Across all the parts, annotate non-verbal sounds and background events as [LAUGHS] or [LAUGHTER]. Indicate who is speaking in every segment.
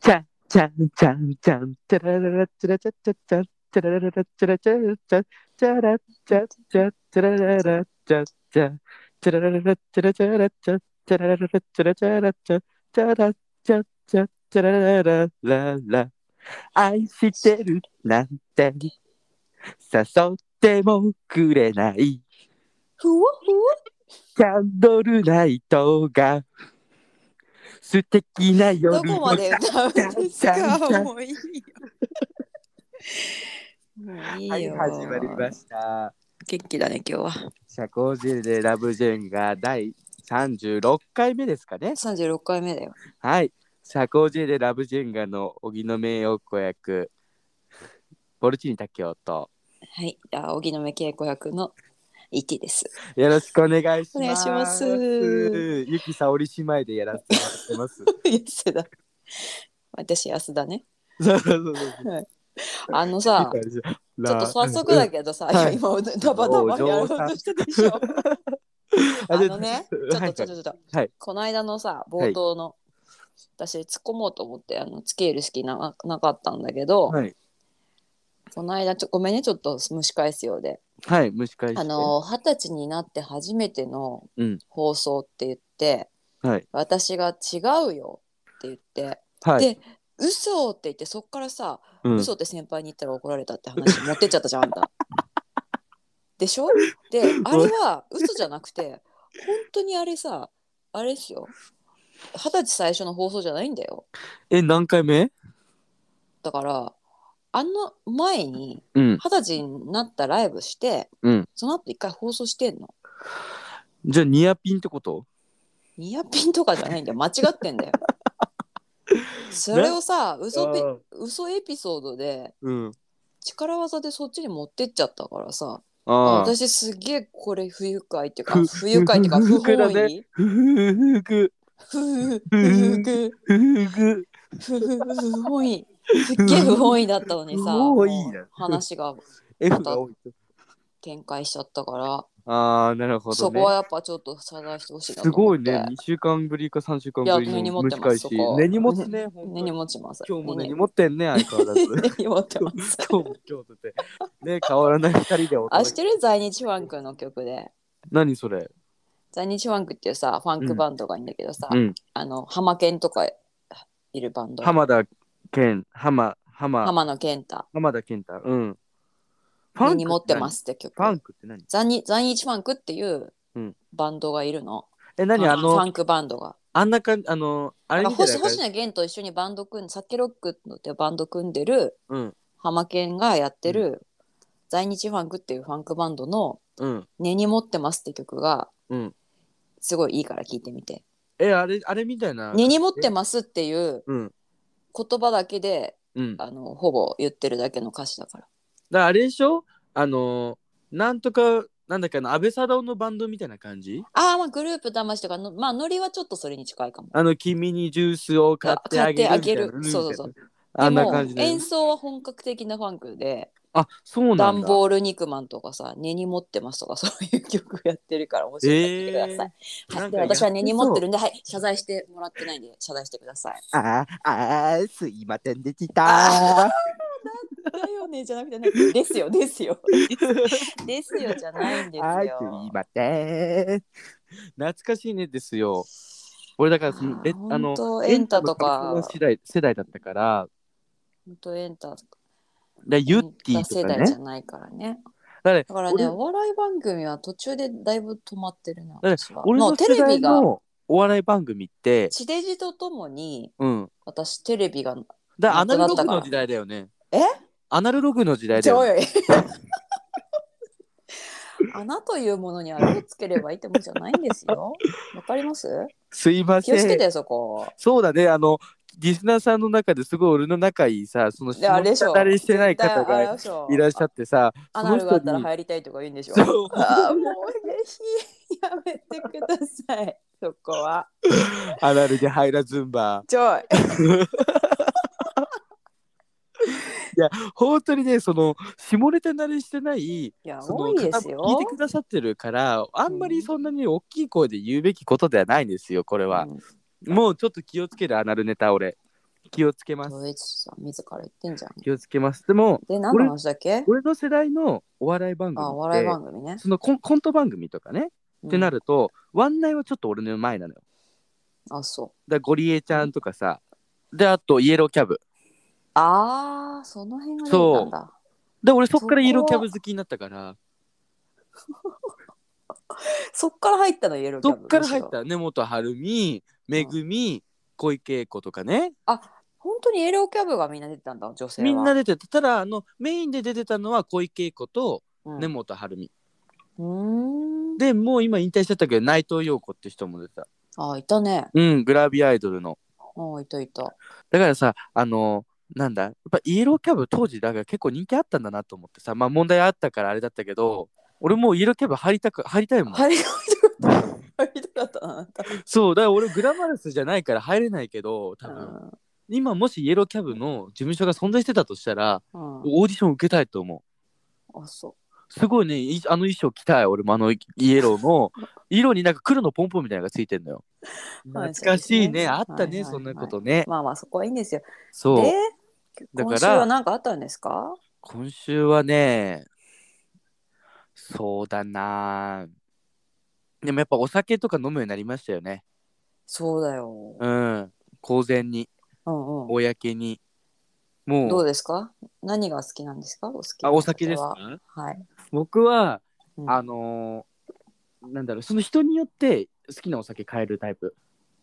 Speaker 1: ちゃんちゃんちゃん、チャラララチャラチャチャチャ、チャラララチャラチャチャ、チャラチャチャ、チャラララチャチャ、チャラララチャラチャラチャ、チャラララチャラチャラチャ、チャラチャチャ、チャラララララ。愛してるなんて、誘ってもくれない。
Speaker 2: ふわふわ
Speaker 1: キャンドルナイトが、素敵な夜
Speaker 2: ど
Speaker 1: を
Speaker 2: こまで歌うんですかもういいよもういい
Speaker 1: はい、
Speaker 2: よ、
Speaker 1: 始まりました。
Speaker 2: 元気だね今日は
Speaker 1: 社交辞令でラブジェンが第36回目ですかね。
Speaker 2: 36回目だよ
Speaker 1: はい。社交辞令でラブジェンガの荻野目洋子役、ボルチーニ竹雄と、
Speaker 2: はいあ荻野目恵子役の ET です
Speaker 1: よろしくお願いします。
Speaker 2: お願いします
Speaker 1: ゆきさおり姉妹でやらせてもらって
Speaker 2: [LAUGHS]
Speaker 1: ます。
Speaker 2: [LAUGHS] 安田私安田ね
Speaker 1: そうそうそうそう。
Speaker 2: あのさち
Speaker 1: ち
Speaker 2: ょっと早速だけどさ、
Speaker 1: はい
Speaker 2: 今ダバダバやろうとしたでしょあのね、ちょっとちょっとちょっと、
Speaker 1: はい
Speaker 2: この間のさ、冒頭の、私突っ込もうと思って、あの、つける式ななかったんだけど、
Speaker 1: はい、
Speaker 2: この間ちょ、ごめんね、ちょっと蒸し返すようで、
Speaker 1: はい、蒸し返して。
Speaker 2: あの、二十歳になって初めての
Speaker 1: うん、
Speaker 2: 放送って言って、
Speaker 1: はい、
Speaker 2: 私が違うよって言って、
Speaker 1: はい。
Speaker 2: で、嘘って言って、そっからさ、
Speaker 1: うん、
Speaker 2: 嘘って先輩に言ったら怒られたって話持ってっちゃったじゃん、あ
Speaker 1: [LAUGHS]
Speaker 2: んた。でしょで、あれは嘘じゃなくて、本当にあれさ、あれですよ。二十歳最初の放送じゃないんだよ。
Speaker 1: え、何回目
Speaker 2: だから、あの前に
Speaker 1: うん、
Speaker 2: 二十歳になったライブして、
Speaker 1: うん。
Speaker 2: その後一回放送してんの。
Speaker 1: じゃあ、ニアピンってこと
Speaker 2: ニアピンとかじゃないんだよ。間違ってんだよ。それをさ、嘘ピ嘘エピソードで
Speaker 1: うん。
Speaker 2: 力技でそっちに持ってっちゃったからさ。
Speaker 1: ああ。
Speaker 2: 私すげえこれ不愉快っていうか
Speaker 1: ふ
Speaker 2: 不愉快っていうか
Speaker 1: ふ
Speaker 2: 不
Speaker 1: ふ
Speaker 2: 本
Speaker 1: だ
Speaker 2: 意
Speaker 1: ふふぐ、
Speaker 2: ふふふふ
Speaker 1: ふふぐ。
Speaker 2: ふふ不本意すっげえ不本意だったのにさ
Speaker 1: 不本意
Speaker 2: もう話が
Speaker 1: F が多い。
Speaker 2: 展開しちゃったから
Speaker 1: ああ、なるほど、ね。
Speaker 2: そこはやっぱちょっと謝罪してほしいな
Speaker 1: す
Speaker 2: と
Speaker 1: ご
Speaker 2: 思っ
Speaker 1: い
Speaker 2: て
Speaker 1: ね。二週間ぶりか三週間ぶり
Speaker 2: いや根に持
Speaker 1: の
Speaker 2: っ
Speaker 1: 蒸し
Speaker 2: てます
Speaker 1: 返
Speaker 2: そ
Speaker 1: し。
Speaker 2: こ
Speaker 1: 根に持つね。本当に
Speaker 2: 根に持ちます
Speaker 1: 今日も根に
Speaker 2: 根
Speaker 1: 持ってんね、相変
Speaker 2: [LAUGHS]
Speaker 1: わらず。今
Speaker 2: に持ってます
Speaker 1: 日も今日とて。ね、変わらない二人でお
Speaker 2: あ
Speaker 1: 届
Speaker 2: 知っ
Speaker 1: け。
Speaker 2: てる在日ファンクの曲で
Speaker 1: 何それ
Speaker 2: 在日ファンクっていうさファンクバンドがいいんだけどさ
Speaker 1: うん。
Speaker 2: あの浜健とかいるバンド
Speaker 1: 浜田健、浜、浜、
Speaker 2: 浜野健太
Speaker 1: 浜田健太。うん。フ。
Speaker 2: 根に持ってますすって曲
Speaker 1: ファンクって何
Speaker 2: ザニザニーチファンクっていう
Speaker 1: うん
Speaker 2: バンドがいるの。
Speaker 1: え、何
Speaker 2: あ
Speaker 1: あ
Speaker 2: のファ
Speaker 1: の、
Speaker 2: ンクバンドが。
Speaker 1: あんな感じ、あの、あれ
Speaker 2: だ
Speaker 1: み
Speaker 2: から
Speaker 1: たい
Speaker 2: 星
Speaker 1: な
Speaker 2: 星野源と一緒にバンド組んで、サッケロックってバンド組んでる
Speaker 1: うん。
Speaker 2: ハマケンがやってる、在日ファンクっていうファンクバンドの
Speaker 1: うん。
Speaker 2: 根に持ってますって曲が
Speaker 1: うん。
Speaker 2: すごいいいから聞いてみて。
Speaker 1: え、あれ、あれみたいな。
Speaker 2: 根に持ってますっていう
Speaker 1: うん。
Speaker 2: 言葉だけで、
Speaker 1: うん。だか
Speaker 2: あのほぼ言ってるだけの歌詞だから。
Speaker 1: らあれでしょあの、なんとか、なんだっけ、あの、安倍サダヲのバンドみたいな感じ
Speaker 2: ああ、まあグループ魂とかの、まあノリはちょっとそれに近いかも。
Speaker 1: あの、君にジュースを買ってあげるみたいな。
Speaker 2: 買ってあげるそうそうそう
Speaker 1: みたいなあんな
Speaker 2: で
Speaker 1: 感
Speaker 2: も
Speaker 1: じで
Speaker 2: 演。奏は本格的なファンクで、
Speaker 1: あ、そう
Speaker 2: ダ
Speaker 1: な
Speaker 2: ン
Speaker 1: んだ。
Speaker 2: ボール肉マンとかさ、根に持ってますとか、 [LAUGHS] そういう曲やってるから、面白い聞いてください。
Speaker 1: ー
Speaker 2: は、
Speaker 1: ないん
Speaker 2: で
Speaker 1: か
Speaker 2: 私は
Speaker 1: やって
Speaker 2: 根に持ってるんで、はい、謝罪してもらってないんで、謝罪してください。
Speaker 1: あーあー、すいませんでした。
Speaker 2: だよね、じゃなくて、ね、ですよ、ですよ。ですよ、じゃない
Speaker 1: [LAUGHS]
Speaker 2: んです
Speaker 1: はい、す
Speaker 2: よ
Speaker 1: い。ません。懐かしいねですよ。俺だからその、え
Speaker 2: あー
Speaker 1: あの
Speaker 2: ほんと、エンタとか
Speaker 1: エンタの世代世代だったから、
Speaker 2: 本当エンタ、
Speaker 1: でユッテ
Speaker 2: エ
Speaker 1: ィ
Speaker 2: ンタ
Speaker 1: と
Speaker 2: 世
Speaker 1: か
Speaker 2: 代じゃ
Speaker 1: ね。
Speaker 2: ないからね。
Speaker 1: だから
Speaker 2: だからね、お笑い番組は途中でだいぶ止まってるな。
Speaker 1: 俺
Speaker 2: 私は
Speaker 1: 俺
Speaker 2: も
Speaker 1: の
Speaker 2: うテ
Speaker 1: 世
Speaker 2: レ
Speaker 1: 代
Speaker 2: ビが、
Speaker 1: のお笑い番組って、
Speaker 2: 地デジとともに、
Speaker 1: うん。
Speaker 2: 私テレビが、
Speaker 1: [LAUGHS] だからアナルロ
Speaker 2: 本当だ
Speaker 1: グ
Speaker 2: ったから
Speaker 1: の時代だよね。
Speaker 2: え
Speaker 1: アナルログの時代だ
Speaker 2: ち
Speaker 1: よ
Speaker 2: ょ
Speaker 1: ね。
Speaker 2: い穴というものにあれをつければいいってもんじゃないんですよ。わかります
Speaker 1: すいま
Speaker 2: 気をつ
Speaker 1: せ
Speaker 2: け
Speaker 1: ん
Speaker 2: て。よそこ。
Speaker 1: そうだね、あの、リスナーさんの中ですごい俺の仲いいさ、その
Speaker 2: であれでしょ
Speaker 1: 下りしてない方
Speaker 2: だよあれ
Speaker 1: が
Speaker 2: でしょ
Speaker 1: いらっしゃってさ、
Speaker 2: ア
Speaker 1: その
Speaker 2: ナルがあ
Speaker 1: 人
Speaker 2: ったら
Speaker 1: に
Speaker 2: 流、行りたいとか言うんでしょ。
Speaker 1: そう
Speaker 2: ああ、もうぜひやめてください。そこ
Speaker 1: [LAUGHS]
Speaker 2: は。
Speaker 1: アナルに入らずんば。
Speaker 2: ちょい。
Speaker 1: 本当にね、その、下ネタ慣れしてない、
Speaker 2: いや、
Speaker 1: そ
Speaker 2: 多
Speaker 1: の
Speaker 2: いですよ。
Speaker 1: 方聞いてくださってるから、あんま
Speaker 2: うん
Speaker 1: りそんなに大きい声で言うべきことではないんですよ、これは。
Speaker 2: うん
Speaker 1: もうちょっと気をつける、アナルネタ、俺。気をつけます
Speaker 2: ドイツさん自ら言ってんじゃん。
Speaker 1: 気をつけますでも
Speaker 2: で、何の話だっけ
Speaker 1: 俺の世代のお笑い番組
Speaker 2: あ、
Speaker 1: って
Speaker 2: お笑い番組ね。
Speaker 1: そのコンコント番組とかね、
Speaker 2: う
Speaker 1: っ
Speaker 2: ん
Speaker 1: てなるとワンナイはちょっと俺の前なのよ
Speaker 2: あ、そ
Speaker 1: だからゴリエちゃんとかさであとイエローキャブ
Speaker 2: う。ああ、その辺が出てたんだ。
Speaker 1: で俺そっから
Speaker 2: そこは
Speaker 1: イエローキャブ好きになったから
Speaker 2: そっから入ったの、イエローキ
Speaker 1: そ
Speaker 2: ャブ
Speaker 1: っから入っ
Speaker 2: むしろ
Speaker 1: た根本晴美めぐみ小池栄子とかね
Speaker 2: 本当にイエローキャブがみんな出てたんだ、女性は。
Speaker 1: みんな出てたただあのメインで出てたのは小池栄子と
Speaker 2: うん、
Speaker 1: 根本晴美、
Speaker 2: うーん。
Speaker 1: でもう今引退しちゃったけど内藤陽子って人も出てた
Speaker 2: あ、いたね。
Speaker 1: うんグラビアアイドルの
Speaker 2: あ、いたいた。
Speaker 1: だからさあのなんだやっぱイエローキャブ当時だから結構人気あったんだなと思ってさまあ問題あったからあれだったけど俺もうイエローキャブ入りたく入りたいもん
Speaker 2: 入りたかった。入りたかったな、あなた。
Speaker 1: そうだから俺グラマラスじゃないから入れないけど多分、
Speaker 2: う
Speaker 1: 今もしイエローキャブの事務所が存在してたとしたら
Speaker 2: ん。うん
Speaker 1: オーディション受けたいと思う
Speaker 2: あ、そ
Speaker 1: すごいねいあの衣装着たい俺もあのイイエローの色になんか黒のポンポンみたいなのがついてんの
Speaker 2: [LAUGHS]
Speaker 1: よ
Speaker 2: は
Speaker 1: 懐
Speaker 2: い
Speaker 1: かしいね、
Speaker 2: そうですね
Speaker 1: あったね、
Speaker 2: はいはいはい
Speaker 1: そんなことね
Speaker 2: う。まあまあ、そこはいいんですよ。
Speaker 1: そう
Speaker 2: で、
Speaker 1: だから
Speaker 2: 今週は何かあったんですか
Speaker 1: 今週はねそうだなでもやっぱお酒とか飲むようになりましたよね
Speaker 2: そうだよ。
Speaker 1: うん公然に
Speaker 2: うんうん。
Speaker 1: 公にもう
Speaker 2: どうですか何が好きなんですかお好きな
Speaker 1: あお
Speaker 2: ことは
Speaker 1: 酒ですか
Speaker 2: はい。
Speaker 1: 僕は、
Speaker 2: うん
Speaker 1: あのーなんだろうその人によって好きなお酒変えるタイプ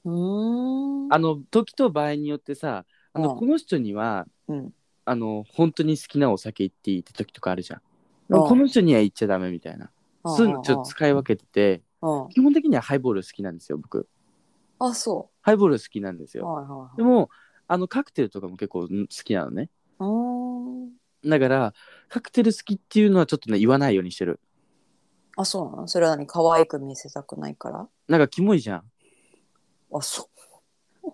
Speaker 2: うーん。
Speaker 1: あの時と場合によってさあの、
Speaker 2: うん
Speaker 1: この人には
Speaker 2: うん。
Speaker 1: あの本当に好きなお酒行っていいって時とかあるじゃん、で
Speaker 2: う
Speaker 1: も
Speaker 2: ん
Speaker 1: この人には行っちゃダメみたいな、
Speaker 2: うん
Speaker 1: そういうのちょっと使い分けてて、
Speaker 2: うんうん
Speaker 1: 基本的にはハイボール好きなんですよ僕
Speaker 2: あ、そ
Speaker 1: ハイボール好きなんです
Speaker 2: う。
Speaker 1: よ。
Speaker 2: はいはい
Speaker 1: で
Speaker 2: はい。
Speaker 1: も、あの、カクテルとかも結構ん好きなのね。
Speaker 2: うーん。
Speaker 1: だから、カクテル好きっていうのはちょっとね、言わないようにしてる。
Speaker 2: あ、そうなのそれは何可愛く見せたくないから
Speaker 1: なんか、キモいじゃん。
Speaker 2: あ、そう。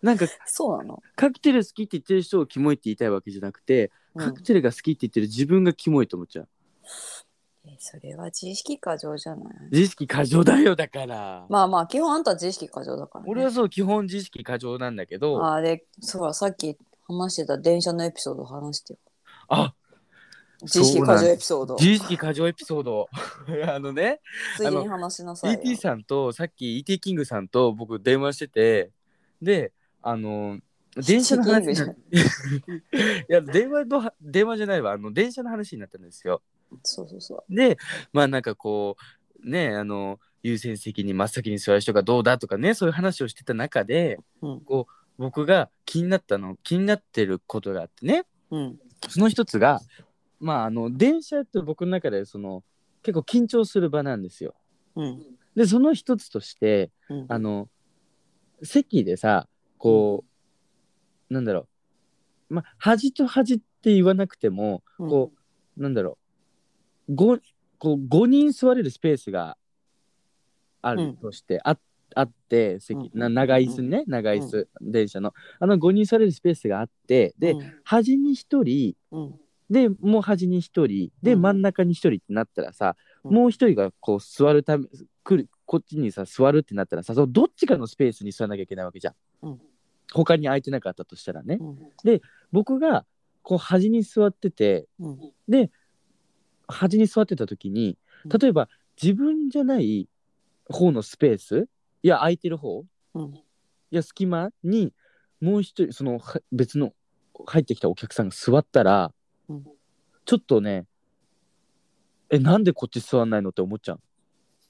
Speaker 1: なんか、
Speaker 2: そうなの
Speaker 1: カクテル好きって言ってる人をキモいって言いたいわけじゃなくて、
Speaker 2: う
Speaker 1: [LAUGHS] カ
Speaker 2: ん
Speaker 1: ク。テルが好きって言ってる自分がキモいと思っちゃう。
Speaker 2: えそれは自意識過剰じゃない
Speaker 1: 自意識過剰だよ、だから。
Speaker 2: まあまあ、基本あんたは自意識過剰だから、ね。
Speaker 1: 俺はそう、基本自意識過剰なんだけど、あ
Speaker 2: あで、そうださっき話してた電車のエピソード話してよ。自意識過剰エピソード。
Speaker 1: 自意識過剰エピソード。 [LAUGHS] あのね、
Speaker 2: ついでに話しなさいよ。
Speaker 1: ET さんと、さっき ET キングさんと僕電話してて、で、あの、電車の話になっいや電話の電話じゃないわあの電車の話になったんですよ。
Speaker 2: そうそうそう。
Speaker 1: でまあなんかこうねあの優先席に真っ先に座る人がどうだとかねそういう話をしてた中で、
Speaker 2: うん
Speaker 1: こう僕が気になったの気になってることがあってね
Speaker 2: うん。
Speaker 1: その一つがまああの電車って僕の中でその結構緊張する場なんですよ。
Speaker 2: うん。
Speaker 1: でその一つとして
Speaker 2: うん、
Speaker 1: あの席でさこう、なんだろうまあ端と端って言わなくてもこう、なんだろうごこう5人座れるスペースがあ
Speaker 2: う
Speaker 1: る
Speaker 2: ん
Speaker 1: として、ああって席、
Speaker 2: うん
Speaker 1: な長い椅子にね長い椅子、電車のあの5人座れるスペースがあってで、
Speaker 2: うん、
Speaker 1: 端に1人
Speaker 2: うん。
Speaker 1: でもう端に1人で、
Speaker 2: うん
Speaker 1: 真ん中に1人ってなったらさ、
Speaker 2: うん
Speaker 1: もう1人がこう座るため来るこっちにさ座るってなったらさそのどっちかのスペースに座らなきゃいけないわけじゃん。
Speaker 2: うん
Speaker 1: 他に空いてなかったとしたらね、
Speaker 2: うん。
Speaker 1: 僕がこう端に座ってて
Speaker 2: うん。
Speaker 1: 端に座ってた時に
Speaker 2: うん
Speaker 1: 例えば自分じゃない方のスペースいや空いてる方
Speaker 2: うん。
Speaker 1: いや隙間にもう一人そのは別の入ってきたお客さんが座ったら、
Speaker 2: うん
Speaker 1: ちょっとねえなんでこっち座んないのって思っちゃう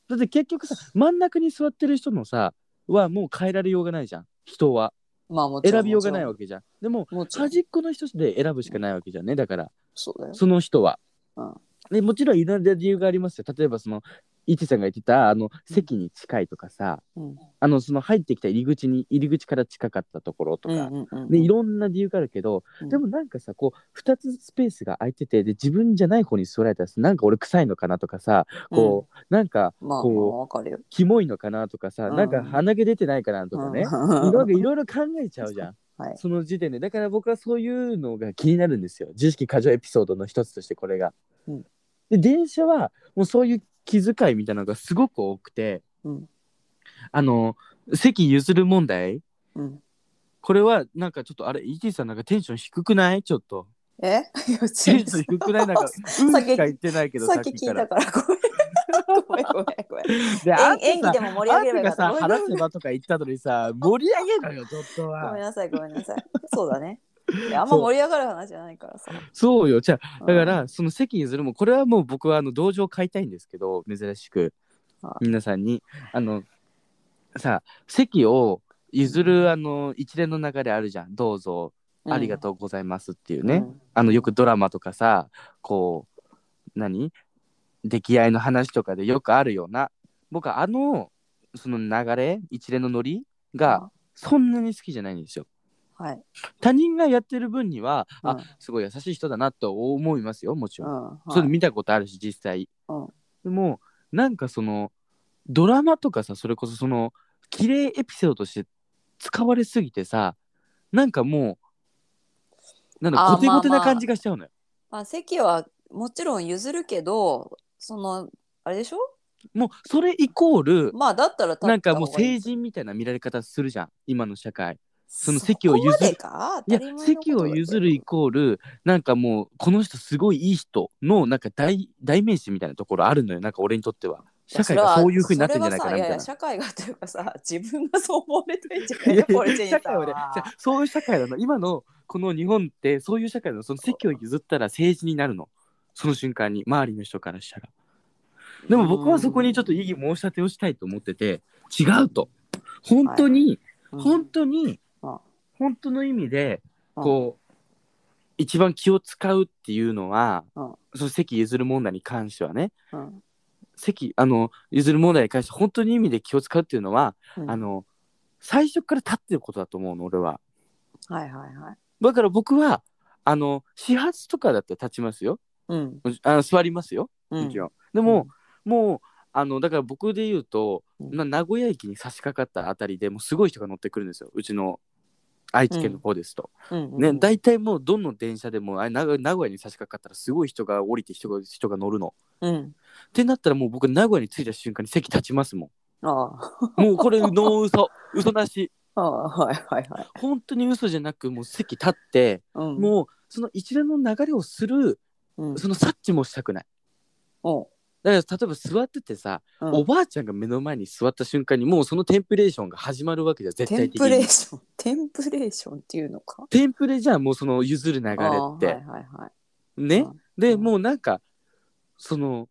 Speaker 1: だって結局さ真ん中に座ってる人のさはもう変えられようがないじゃん人は
Speaker 2: まあもちろん。
Speaker 1: 選びようがない
Speaker 2: わ。
Speaker 1: わけじゃんでも
Speaker 2: もちろん。
Speaker 1: 端っこの人で選ぶしかないわけじゃんねだから
Speaker 2: そうだよ。
Speaker 1: その人は、
Speaker 2: うん
Speaker 1: でもちろんいろんな理由がありますよ例えばそのイチさんが言ってたあの席に近いとかさ、
Speaker 2: うん。
Speaker 1: あのその入ってきた入り口に入り口から近かったところと
Speaker 2: う
Speaker 1: か、
Speaker 2: んうんうん。
Speaker 1: でいろんな理由があるけど、
Speaker 2: うん
Speaker 1: でもなんかさこう2つスペースが空いててで自分じゃない方に座られたらさなんか俺臭いのかなとかさこう、なんか
Speaker 2: うん、まあ、まあ
Speaker 1: こう
Speaker 2: わかるよ。
Speaker 1: キモいのかなとかさ、
Speaker 2: うん
Speaker 1: なんか鼻毛出てないかなとかね、
Speaker 2: うん
Speaker 1: なんかいろいろ考えちゃうじゃん
Speaker 2: はい。
Speaker 1: その時点でだから僕はそういうのが気になるんですよ自意識過剰エピソードの一つとしてこれが。
Speaker 2: うん
Speaker 1: で電車はもうそういう気遣いみたいなのがすごく多くて
Speaker 2: うん。
Speaker 1: あの席譲る問題
Speaker 2: うん。
Speaker 1: これはなんかちょっとあれ ET さんなんかテンション低くないちょっと
Speaker 2: えいや
Speaker 1: テンション低くないなん
Speaker 2: [LAUGHS]
Speaker 1: かうんしか言ってないけど
Speaker 2: さ
Speaker 1: さ
Speaker 2: っ
Speaker 1: っ
Speaker 2: き
Speaker 1: き
Speaker 2: 聞
Speaker 1: か
Speaker 2: いた
Speaker 1: ら
Speaker 2: からごめんごめんごめんごめん
Speaker 1: であん
Speaker 2: 演演技
Speaker 1: たさ
Speaker 2: でも盛り
Speaker 1: あ
Speaker 2: 上げ
Speaker 1: んたが
Speaker 2: ればよか
Speaker 1: さ
Speaker 2: った
Speaker 1: 腹せばとか言ったのにさ盛り上げろよちょっと
Speaker 2: ごめん
Speaker 1: は
Speaker 2: なさいごめんなさいそうだねいやあんま盛り上がる話じゃないからさ
Speaker 1: そうよじゃあ
Speaker 2: だ
Speaker 1: だからその席譲るもこれはもう僕はあの同情を買いたいんですけど珍しく
Speaker 2: は
Speaker 1: 皆さんにあのさ席を譲るあの一連の流れあるじゃんどうぞありがとうございますっていうね、あのよくドラマとかさこう何出来合いの話とかでよくあるような僕はあのその流れ一連のノリがそんなに好きじゃないんですよ。
Speaker 2: はい
Speaker 1: 他人がやってる分には、
Speaker 2: う
Speaker 1: あ
Speaker 2: ん
Speaker 1: すごい優しい人だなと思いますよもち
Speaker 2: う
Speaker 1: ろん。
Speaker 2: んはい
Speaker 1: それ見たことあるし実際。
Speaker 2: うん
Speaker 1: でもなんかそのドラマとかさそれこそその綺麗エピソードとして使われすぎてさなんかもうなんだ
Speaker 2: あー
Speaker 1: ゴテゴテ
Speaker 2: まあ
Speaker 1: な
Speaker 2: まあ
Speaker 1: 感じがしちゃうのよ。
Speaker 2: まあ席はもちろん譲るけどそのあれでしょ
Speaker 1: もうそれイコール
Speaker 2: まあだったら立った
Speaker 1: なんかもう
Speaker 2: 方がいい
Speaker 1: 成人みたいな見られ方するじゃん今の社会そ
Speaker 2: そ
Speaker 1: の席を譲る
Speaker 2: こまでか
Speaker 1: い
Speaker 2: 当
Speaker 1: や
Speaker 2: たり前のことだけ
Speaker 1: 席
Speaker 2: ど
Speaker 1: を譲るイコールなんかもうこの人すごいいい人のなんか代代名詞みたいなところあるのよなんか俺にとっては社会がそういう風になってんじゃないかなみたいな
Speaker 2: それはさやいや社会がというかさ自分がそう思われてんじゃ
Speaker 1: いや
Speaker 2: ない
Speaker 1: いや
Speaker 2: [LAUGHS] ポルチェニ
Speaker 1: 社
Speaker 2: さ
Speaker 1: 会
Speaker 2: ん
Speaker 1: はね
Speaker 2: は
Speaker 1: じゃあそういう社会なの今のこの日本ってそういう社会なのその席を譲ったら政治になるのその瞬間に周りの人からしたらでも僕はそこにちょっと異議申し立てをしたいと思ってて違うと本当に、
Speaker 2: うん
Speaker 1: 本当に、
Speaker 2: うん
Speaker 1: 本当の意味で、
Speaker 2: うん
Speaker 1: こう一番気を使うっていうのは、
Speaker 2: うん
Speaker 1: その席譲る問題に関してはね
Speaker 2: うん
Speaker 1: 席あの譲る問題に関して本当に意味で気を使うっていうのは、
Speaker 2: うん
Speaker 1: あの最初から立ってることだと思うの俺は
Speaker 2: はいはいはい
Speaker 1: だから僕はあの始発とかだったら立ちますよ
Speaker 2: うん
Speaker 1: あの座りますよ
Speaker 2: うん
Speaker 1: もちろん、でも、もうあのだから僕で言うと、な名古屋駅に差し掛かったあたりでもうすごい人が乗ってくるんですようちの愛知県の方ですと、
Speaker 2: うん
Speaker 1: ね、大体もうどの電車でもあ名古名古屋に差し掛かったらすごい人が降りて人が人が乗るの。
Speaker 2: うん
Speaker 1: ってなったらもう僕名古屋に着いた瞬間に席立ちますも
Speaker 2: あ
Speaker 1: ん。もうこ
Speaker 2: [LAUGHS]
Speaker 1: れノー嘘嘘なし
Speaker 2: あああはいはいはい
Speaker 1: 本当に嘘じゃなくもう席立って
Speaker 2: うん
Speaker 1: もうその一連の流れをする
Speaker 2: うん
Speaker 1: その察知もしたくない。
Speaker 2: おう
Speaker 1: だから例えば座っててさ、
Speaker 2: うん
Speaker 1: おばあちゃんが目の前に座った瞬間にもうそのテンプレーションが始まるわけじゃん絶
Speaker 2: テン
Speaker 1: 対的
Speaker 2: プレー
Speaker 1: に。
Speaker 2: ションテンプレーションっていうのか
Speaker 1: テンプレじゃんもうその譲る流れ
Speaker 2: ああ
Speaker 1: って。
Speaker 2: はいはいはい
Speaker 1: ね
Speaker 2: うん
Speaker 1: で、
Speaker 2: うん
Speaker 1: もうなんかその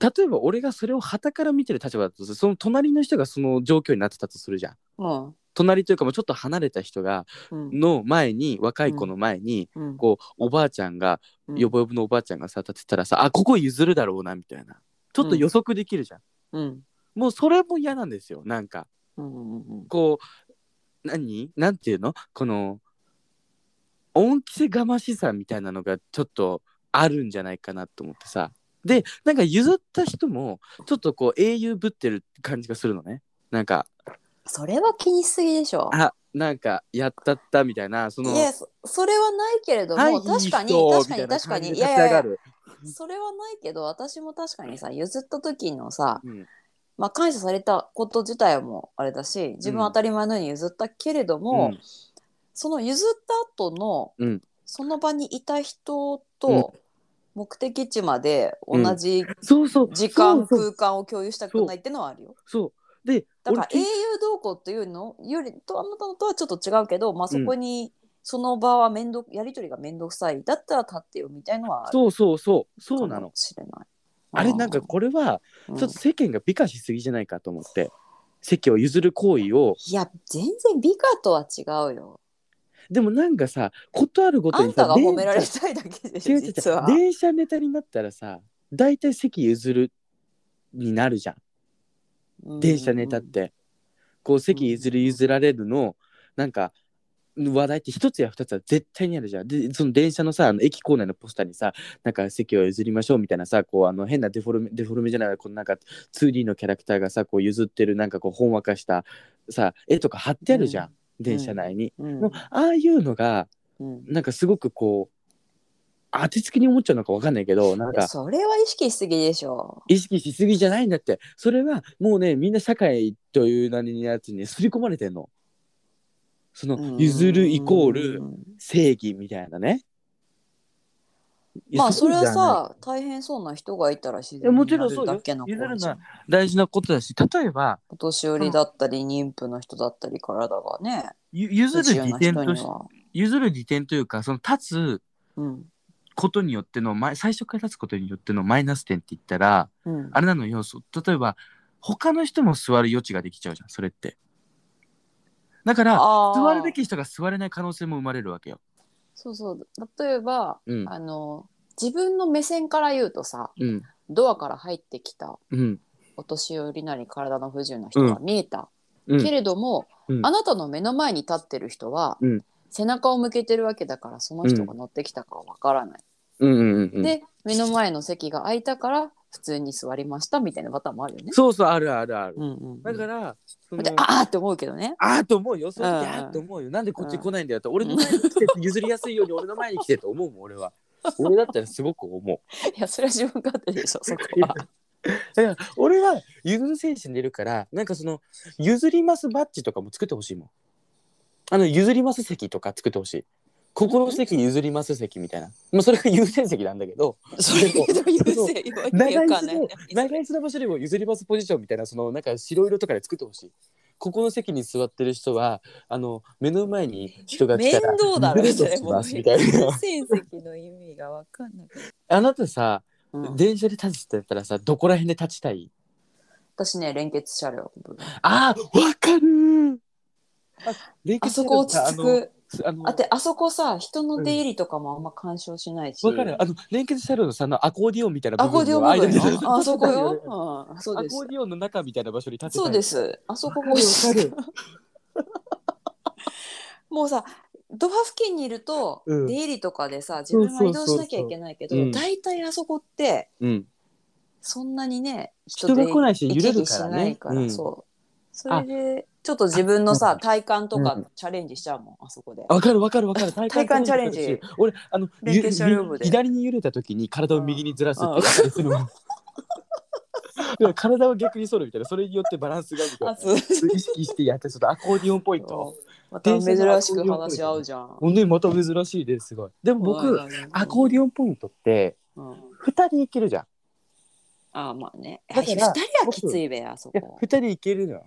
Speaker 1: 例えば俺がそれを傍から見てる立場だとするその隣の人がその状況になってたとするじゃん
Speaker 2: うん
Speaker 1: 隣というかもうちょっと離れた人が
Speaker 2: うん
Speaker 1: の前に若い子の前に、
Speaker 2: うん
Speaker 1: こうおばあちゃんが
Speaker 2: うん
Speaker 1: よぼよぼのおばあちゃんがさ立ってたらさ、あここ譲るだろうなみたいなちょっと予測できるじゃん、
Speaker 2: うん
Speaker 1: もうそれも嫌なんですよなんか
Speaker 2: うんうんうん
Speaker 1: こう何なんていうのこの恩着せがましさみたいなのがちょっとあるんじゃないかなと思ってさでなんか譲った人もちょっとこう英雄ぶってる感じがするのねなんか
Speaker 2: それは気にしすぎでしょ
Speaker 1: あなんかやったったみたいなその
Speaker 2: いやそそれはないけれども、
Speaker 1: はい
Speaker 2: 確かに
Speaker 1: いい人
Speaker 2: 確
Speaker 1: み
Speaker 2: か
Speaker 1: た
Speaker 2: に
Speaker 1: いな
Speaker 2: 確か
Speaker 1: 感じ
Speaker 2: に
Speaker 1: で
Speaker 2: いや
Speaker 1: 立ち上
Speaker 2: い
Speaker 1: が
Speaker 2: やいや
Speaker 1: る
Speaker 2: それはないけど私も確かにさ譲った時のさ、
Speaker 1: うん
Speaker 2: まあ、感謝されたこと自体もあれだし自分は当たり前のように譲ったけれども、
Speaker 1: うん
Speaker 2: その譲った後の、
Speaker 1: うん
Speaker 2: その場にいた人と目的地まで同じ
Speaker 1: そうそう
Speaker 2: 時間、
Speaker 1: そうそう
Speaker 2: 空間を共有したくないってのはあるよ。
Speaker 1: そうで
Speaker 2: だから
Speaker 1: 俺
Speaker 2: 英雄同行というのよりとあなたのとはちょっと違うけど、まあ、そこにその場は面倒、やり取りが面倒くさいだったら立ってよみたいのはある
Speaker 1: そうそうそう
Speaker 2: か
Speaker 1: そうなの
Speaker 2: もしれない。
Speaker 1: あれなんかこれは
Speaker 2: うん、
Speaker 1: ちょっと世間が美化しすぎじゃないかと思って席を譲る行為を
Speaker 2: いや全然美化とは違うよ。
Speaker 1: で
Speaker 2: で
Speaker 1: もなんかさ、ことあるご
Speaker 2: あ
Speaker 1: と
Speaker 2: ん
Speaker 1: にさ、
Speaker 2: たが
Speaker 1: 電
Speaker 2: 褒められたいだけでし
Speaker 1: 違う
Speaker 2: ょ
Speaker 1: 違う違う
Speaker 2: 実は。
Speaker 1: 電車ネタになったらさ、大体席譲るになるじゃん。
Speaker 2: うん
Speaker 1: 電車ネタって。こう席譲り譲られるの、なんか、話題って一つや二つは絶対にあるじゃん。で、その電車のさ、あの駅構内のポスターにさ、なんか席を譲りましょうみたいなさ、こうあの変なデフォルメ、デフォルメじゃない、このなんか 2D のキャラクターがさ、こう譲ってる、なんかこう、ほんわかしたさ、絵とか貼ってあるじゃん、電車内に。
Speaker 2: うん
Speaker 1: もうああいうのが、
Speaker 2: うん
Speaker 1: なんかすごくこう当てつけに思っちゃうのかわかんないけどなん
Speaker 2: いや
Speaker 1: か
Speaker 2: それは意識しすぎでしょ。
Speaker 1: 意識しすぎじゃないんだってそれはもうねみんな社会という何のやつに刷り込まれてんの。その譲るイコール
Speaker 2: うん
Speaker 1: 正義みたいなね。
Speaker 2: まあそれは
Speaker 1: うじゃない
Speaker 2: さ大変そうな人がいたら自
Speaker 1: いや
Speaker 2: 然
Speaker 1: も
Speaker 2: に
Speaker 1: ち
Speaker 2: な
Speaker 1: ろんそう
Speaker 2: る
Speaker 1: よ
Speaker 2: だけの子
Speaker 1: 譲るの
Speaker 2: じゃ
Speaker 1: は
Speaker 2: ん
Speaker 1: 大事なことだし例えば
Speaker 2: お年寄りだったり妊婦の人だったりからだがね
Speaker 1: ゆ譲
Speaker 2: 不自
Speaker 1: る
Speaker 2: 由
Speaker 1: 利
Speaker 2: な
Speaker 1: 点
Speaker 2: 人
Speaker 1: と
Speaker 2: に
Speaker 1: し
Speaker 2: は。
Speaker 1: 譲る利点というかその立つ
Speaker 2: うん
Speaker 1: ことによってのマイ最初から立つことによってのマイナス点って言ったら
Speaker 2: うん
Speaker 1: あれなの要素例えば他の人も座る余地ができちゃうじゃんそれって。だから
Speaker 2: あー
Speaker 1: 座るべき人が座れない可能性も生まれるわけよ。
Speaker 2: そうそう例えば、
Speaker 1: うん
Speaker 2: あの自分の目線から言うとさ
Speaker 1: うん
Speaker 2: ドアから入ってきた
Speaker 1: うん
Speaker 2: お年寄りなり体の不自由な人が見えた、
Speaker 1: うん
Speaker 2: けれども、
Speaker 1: うん
Speaker 2: あなたの目の前に立ってる人は、
Speaker 1: うん
Speaker 2: 背中を向けてるわけだからその人が乗ってきたかわからない、
Speaker 1: うんうんうん
Speaker 2: で目の前の席が空いたから普通に座りましたみたいなパターンもあるよね。
Speaker 1: そうそうあるあるある。
Speaker 2: うんうんうん
Speaker 1: だからその
Speaker 2: でああって思うけどね。
Speaker 1: あーと思うよ。その
Speaker 2: うん
Speaker 1: 時あーと思うよ。なんでこっち来ないんだよって。俺の前に来てって譲りやすいように俺の前に来てと思うもん、俺は。俺だったらすごく思う。
Speaker 2: いやそれは自分勝手でしょそこは。
Speaker 1: だから俺は譲る精神でいるから、なんかその譲りますバッジとかも作ってほしいもん。あの譲ります席とか作ってほしい。ここの席譲ります席みたいな。まあそれが優先席なんだけど、
Speaker 2: それけど優
Speaker 1: そう
Speaker 2: 勢よ
Speaker 1: 長
Speaker 2: よ
Speaker 1: い
Speaker 2: くわかんない
Speaker 1: 椅子で長い椅子の場所でも譲りますポジションみたいなそのなんか白色とかで作ってほしい。ここの席に座ってる人はあの目の前に人が来
Speaker 2: 面
Speaker 1: たら
Speaker 2: 倒だろ
Speaker 1: 譲
Speaker 2: う
Speaker 1: るとし
Speaker 2: も
Speaker 1: ますみたいな。
Speaker 2: 成績の意味がわかんなく
Speaker 1: [LAUGHS]
Speaker 2: て、
Speaker 1: あなたさ、
Speaker 2: うん、
Speaker 1: 電車で立つってやったらさどこら辺で立ちたい
Speaker 2: 私ね連結車両
Speaker 1: あーわかるあ連
Speaker 2: あ
Speaker 1: 結して
Speaker 2: そ
Speaker 1: る
Speaker 2: こ落ち着く
Speaker 1: あの
Speaker 2: あてあそこさ人の出入りとかもあんま干渉しないし、
Speaker 1: わかるあの連結車両のさあのアコーディオンみたいな
Speaker 2: アコーディオン部
Speaker 1: 間に
Speaker 2: 分
Speaker 1: [LAUGHS]
Speaker 2: よあそこ
Speaker 1: 立ちたいね
Speaker 2: よ、うん、そう
Speaker 1: ア
Speaker 2: で
Speaker 1: コー
Speaker 2: す
Speaker 1: ディオンの中みたいな場所に立ちたい
Speaker 2: そうですすあそこ
Speaker 1: わ
Speaker 2: も
Speaker 1: かる
Speaker 2: もうさドア付近にいると
Speaker 1: うん
Speaker 2: 出入りとかでさ自分は移動しなきゃいけないけ
Speaker 1: そうそうそうそうう
Speaker 2: ど
Speaker 1: ん
Speaker 2: 大体あそこって
Speaker 1: うん
Speaker 2: そんなにね
Speaker 1: 人が来ないし揺れるから
Speaker 2: 行き来しない
Speaker 1: ね
Speaker 2: から、
Speaker 1: うん
Speaker 2: そうそ
Speaker 1: あ
Speaker 2: れでちょっと自分の
Speaker 1: う
Speaker 2: さ体感と
Speaker 1: う
Speaker 2: かチャレンジしちゃうもん、あそこで
Speaker 1: わかるわかるわ
Speaker 2: [LAUGHS]
Speaker 1: かる体
Speaker 2: 体幹チャレンジ
Speaker 1: 俺あの
Speaker 2: 連携車両部で
Speaker 1: ゆ左に揺れた時に体を右にずらすって
Speaker 2: うん
Speaker 1: いうやつも [LAUGHS] でも体を逆に反るみたいなそれによってバランスがみたい
Speaker 2: あ
Speaker 1: な
Speaker 2: そう
Speaker 1: 意識してやってちょっとアコーディオンポイント [LAUGHS]
Speaker 2: また珍しく話し合うじゃん
Speaker 1: ほんでまた珍しいですすごいでも僕アコーディオンポイントって
Speaker 2: オン、うん、
Speaker 1: 2人いけるじゃん
Speaker 2: あまあね
Speaker 1: だ
Speaker 2: 二
Speaker 1: から
Speaker 2: 人はきついべあそ
Speaker 1: いや
Speaker 2: こ
Speaker 1: 2人いけるのよ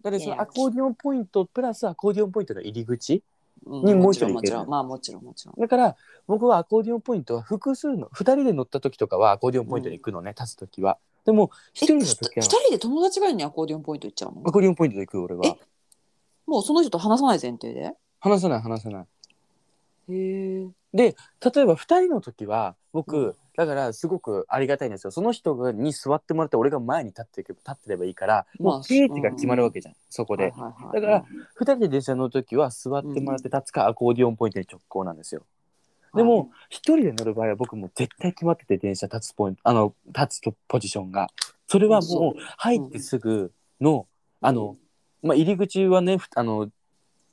Speaker 1: だからそ
Speaker 2: いやい
Speaker 1: の
Speaker 2: や
Speaker 1: アコーディオンポイントプラスアコーディオンポイントの入り口に
Speaker 2: に
Speaker 1: もう
Speaker 2: も
Speaker 1: 一
Speaker 2: ちろ
Speaker 1: 人
Speaker 2: ん
Speaker 1: い
Speaker 2: も
Speaker 1: け
Speaker 2: ち
Speaker 1: る
Speaker 2: ろんまあもちろんもちろん
Speaker 1: だから僕はアコーディオンポイントは複数の2人で乗った時とかはアコーディオンポイントに行くのね、立つ時はでも1
Speaker 2: え
Speaker 1: 人の
Speaker 2: ひと
Speaker 1: 時
Speaker 2: 二
Speaker 1: は
Speaker 2: 人で友達がいるのにアコーディオンポイント行っちゃうの
Speaker 1: アコーディオンポイントで行く俺は
Speaker 2: えもうその人と話さない前提で
Speaker 1: 話さない話さない
Speaker 2: へ
Speaker 1: 例
Speaker 2: え
Speaker 1: えば2人の時は僕、
Speaker 2: うん
Speaker 1: だからすごくありがたいんですよその人に座ってもらって俺が前に立っていけば立ってればいいから
Speaker 2: まあ
Speaker 1: もう定位置が決まるわけじゃん、そこで、だから二2人で電車乗る時は座ってもらって立つか、アコーディオンポイントに直行なんですよでも、一人で乗る場合は僕もう絶対決まってて電車立つポイントあの立つとポジションがそれはもう入ってすぐの、あの、まあ、入り口はねふあの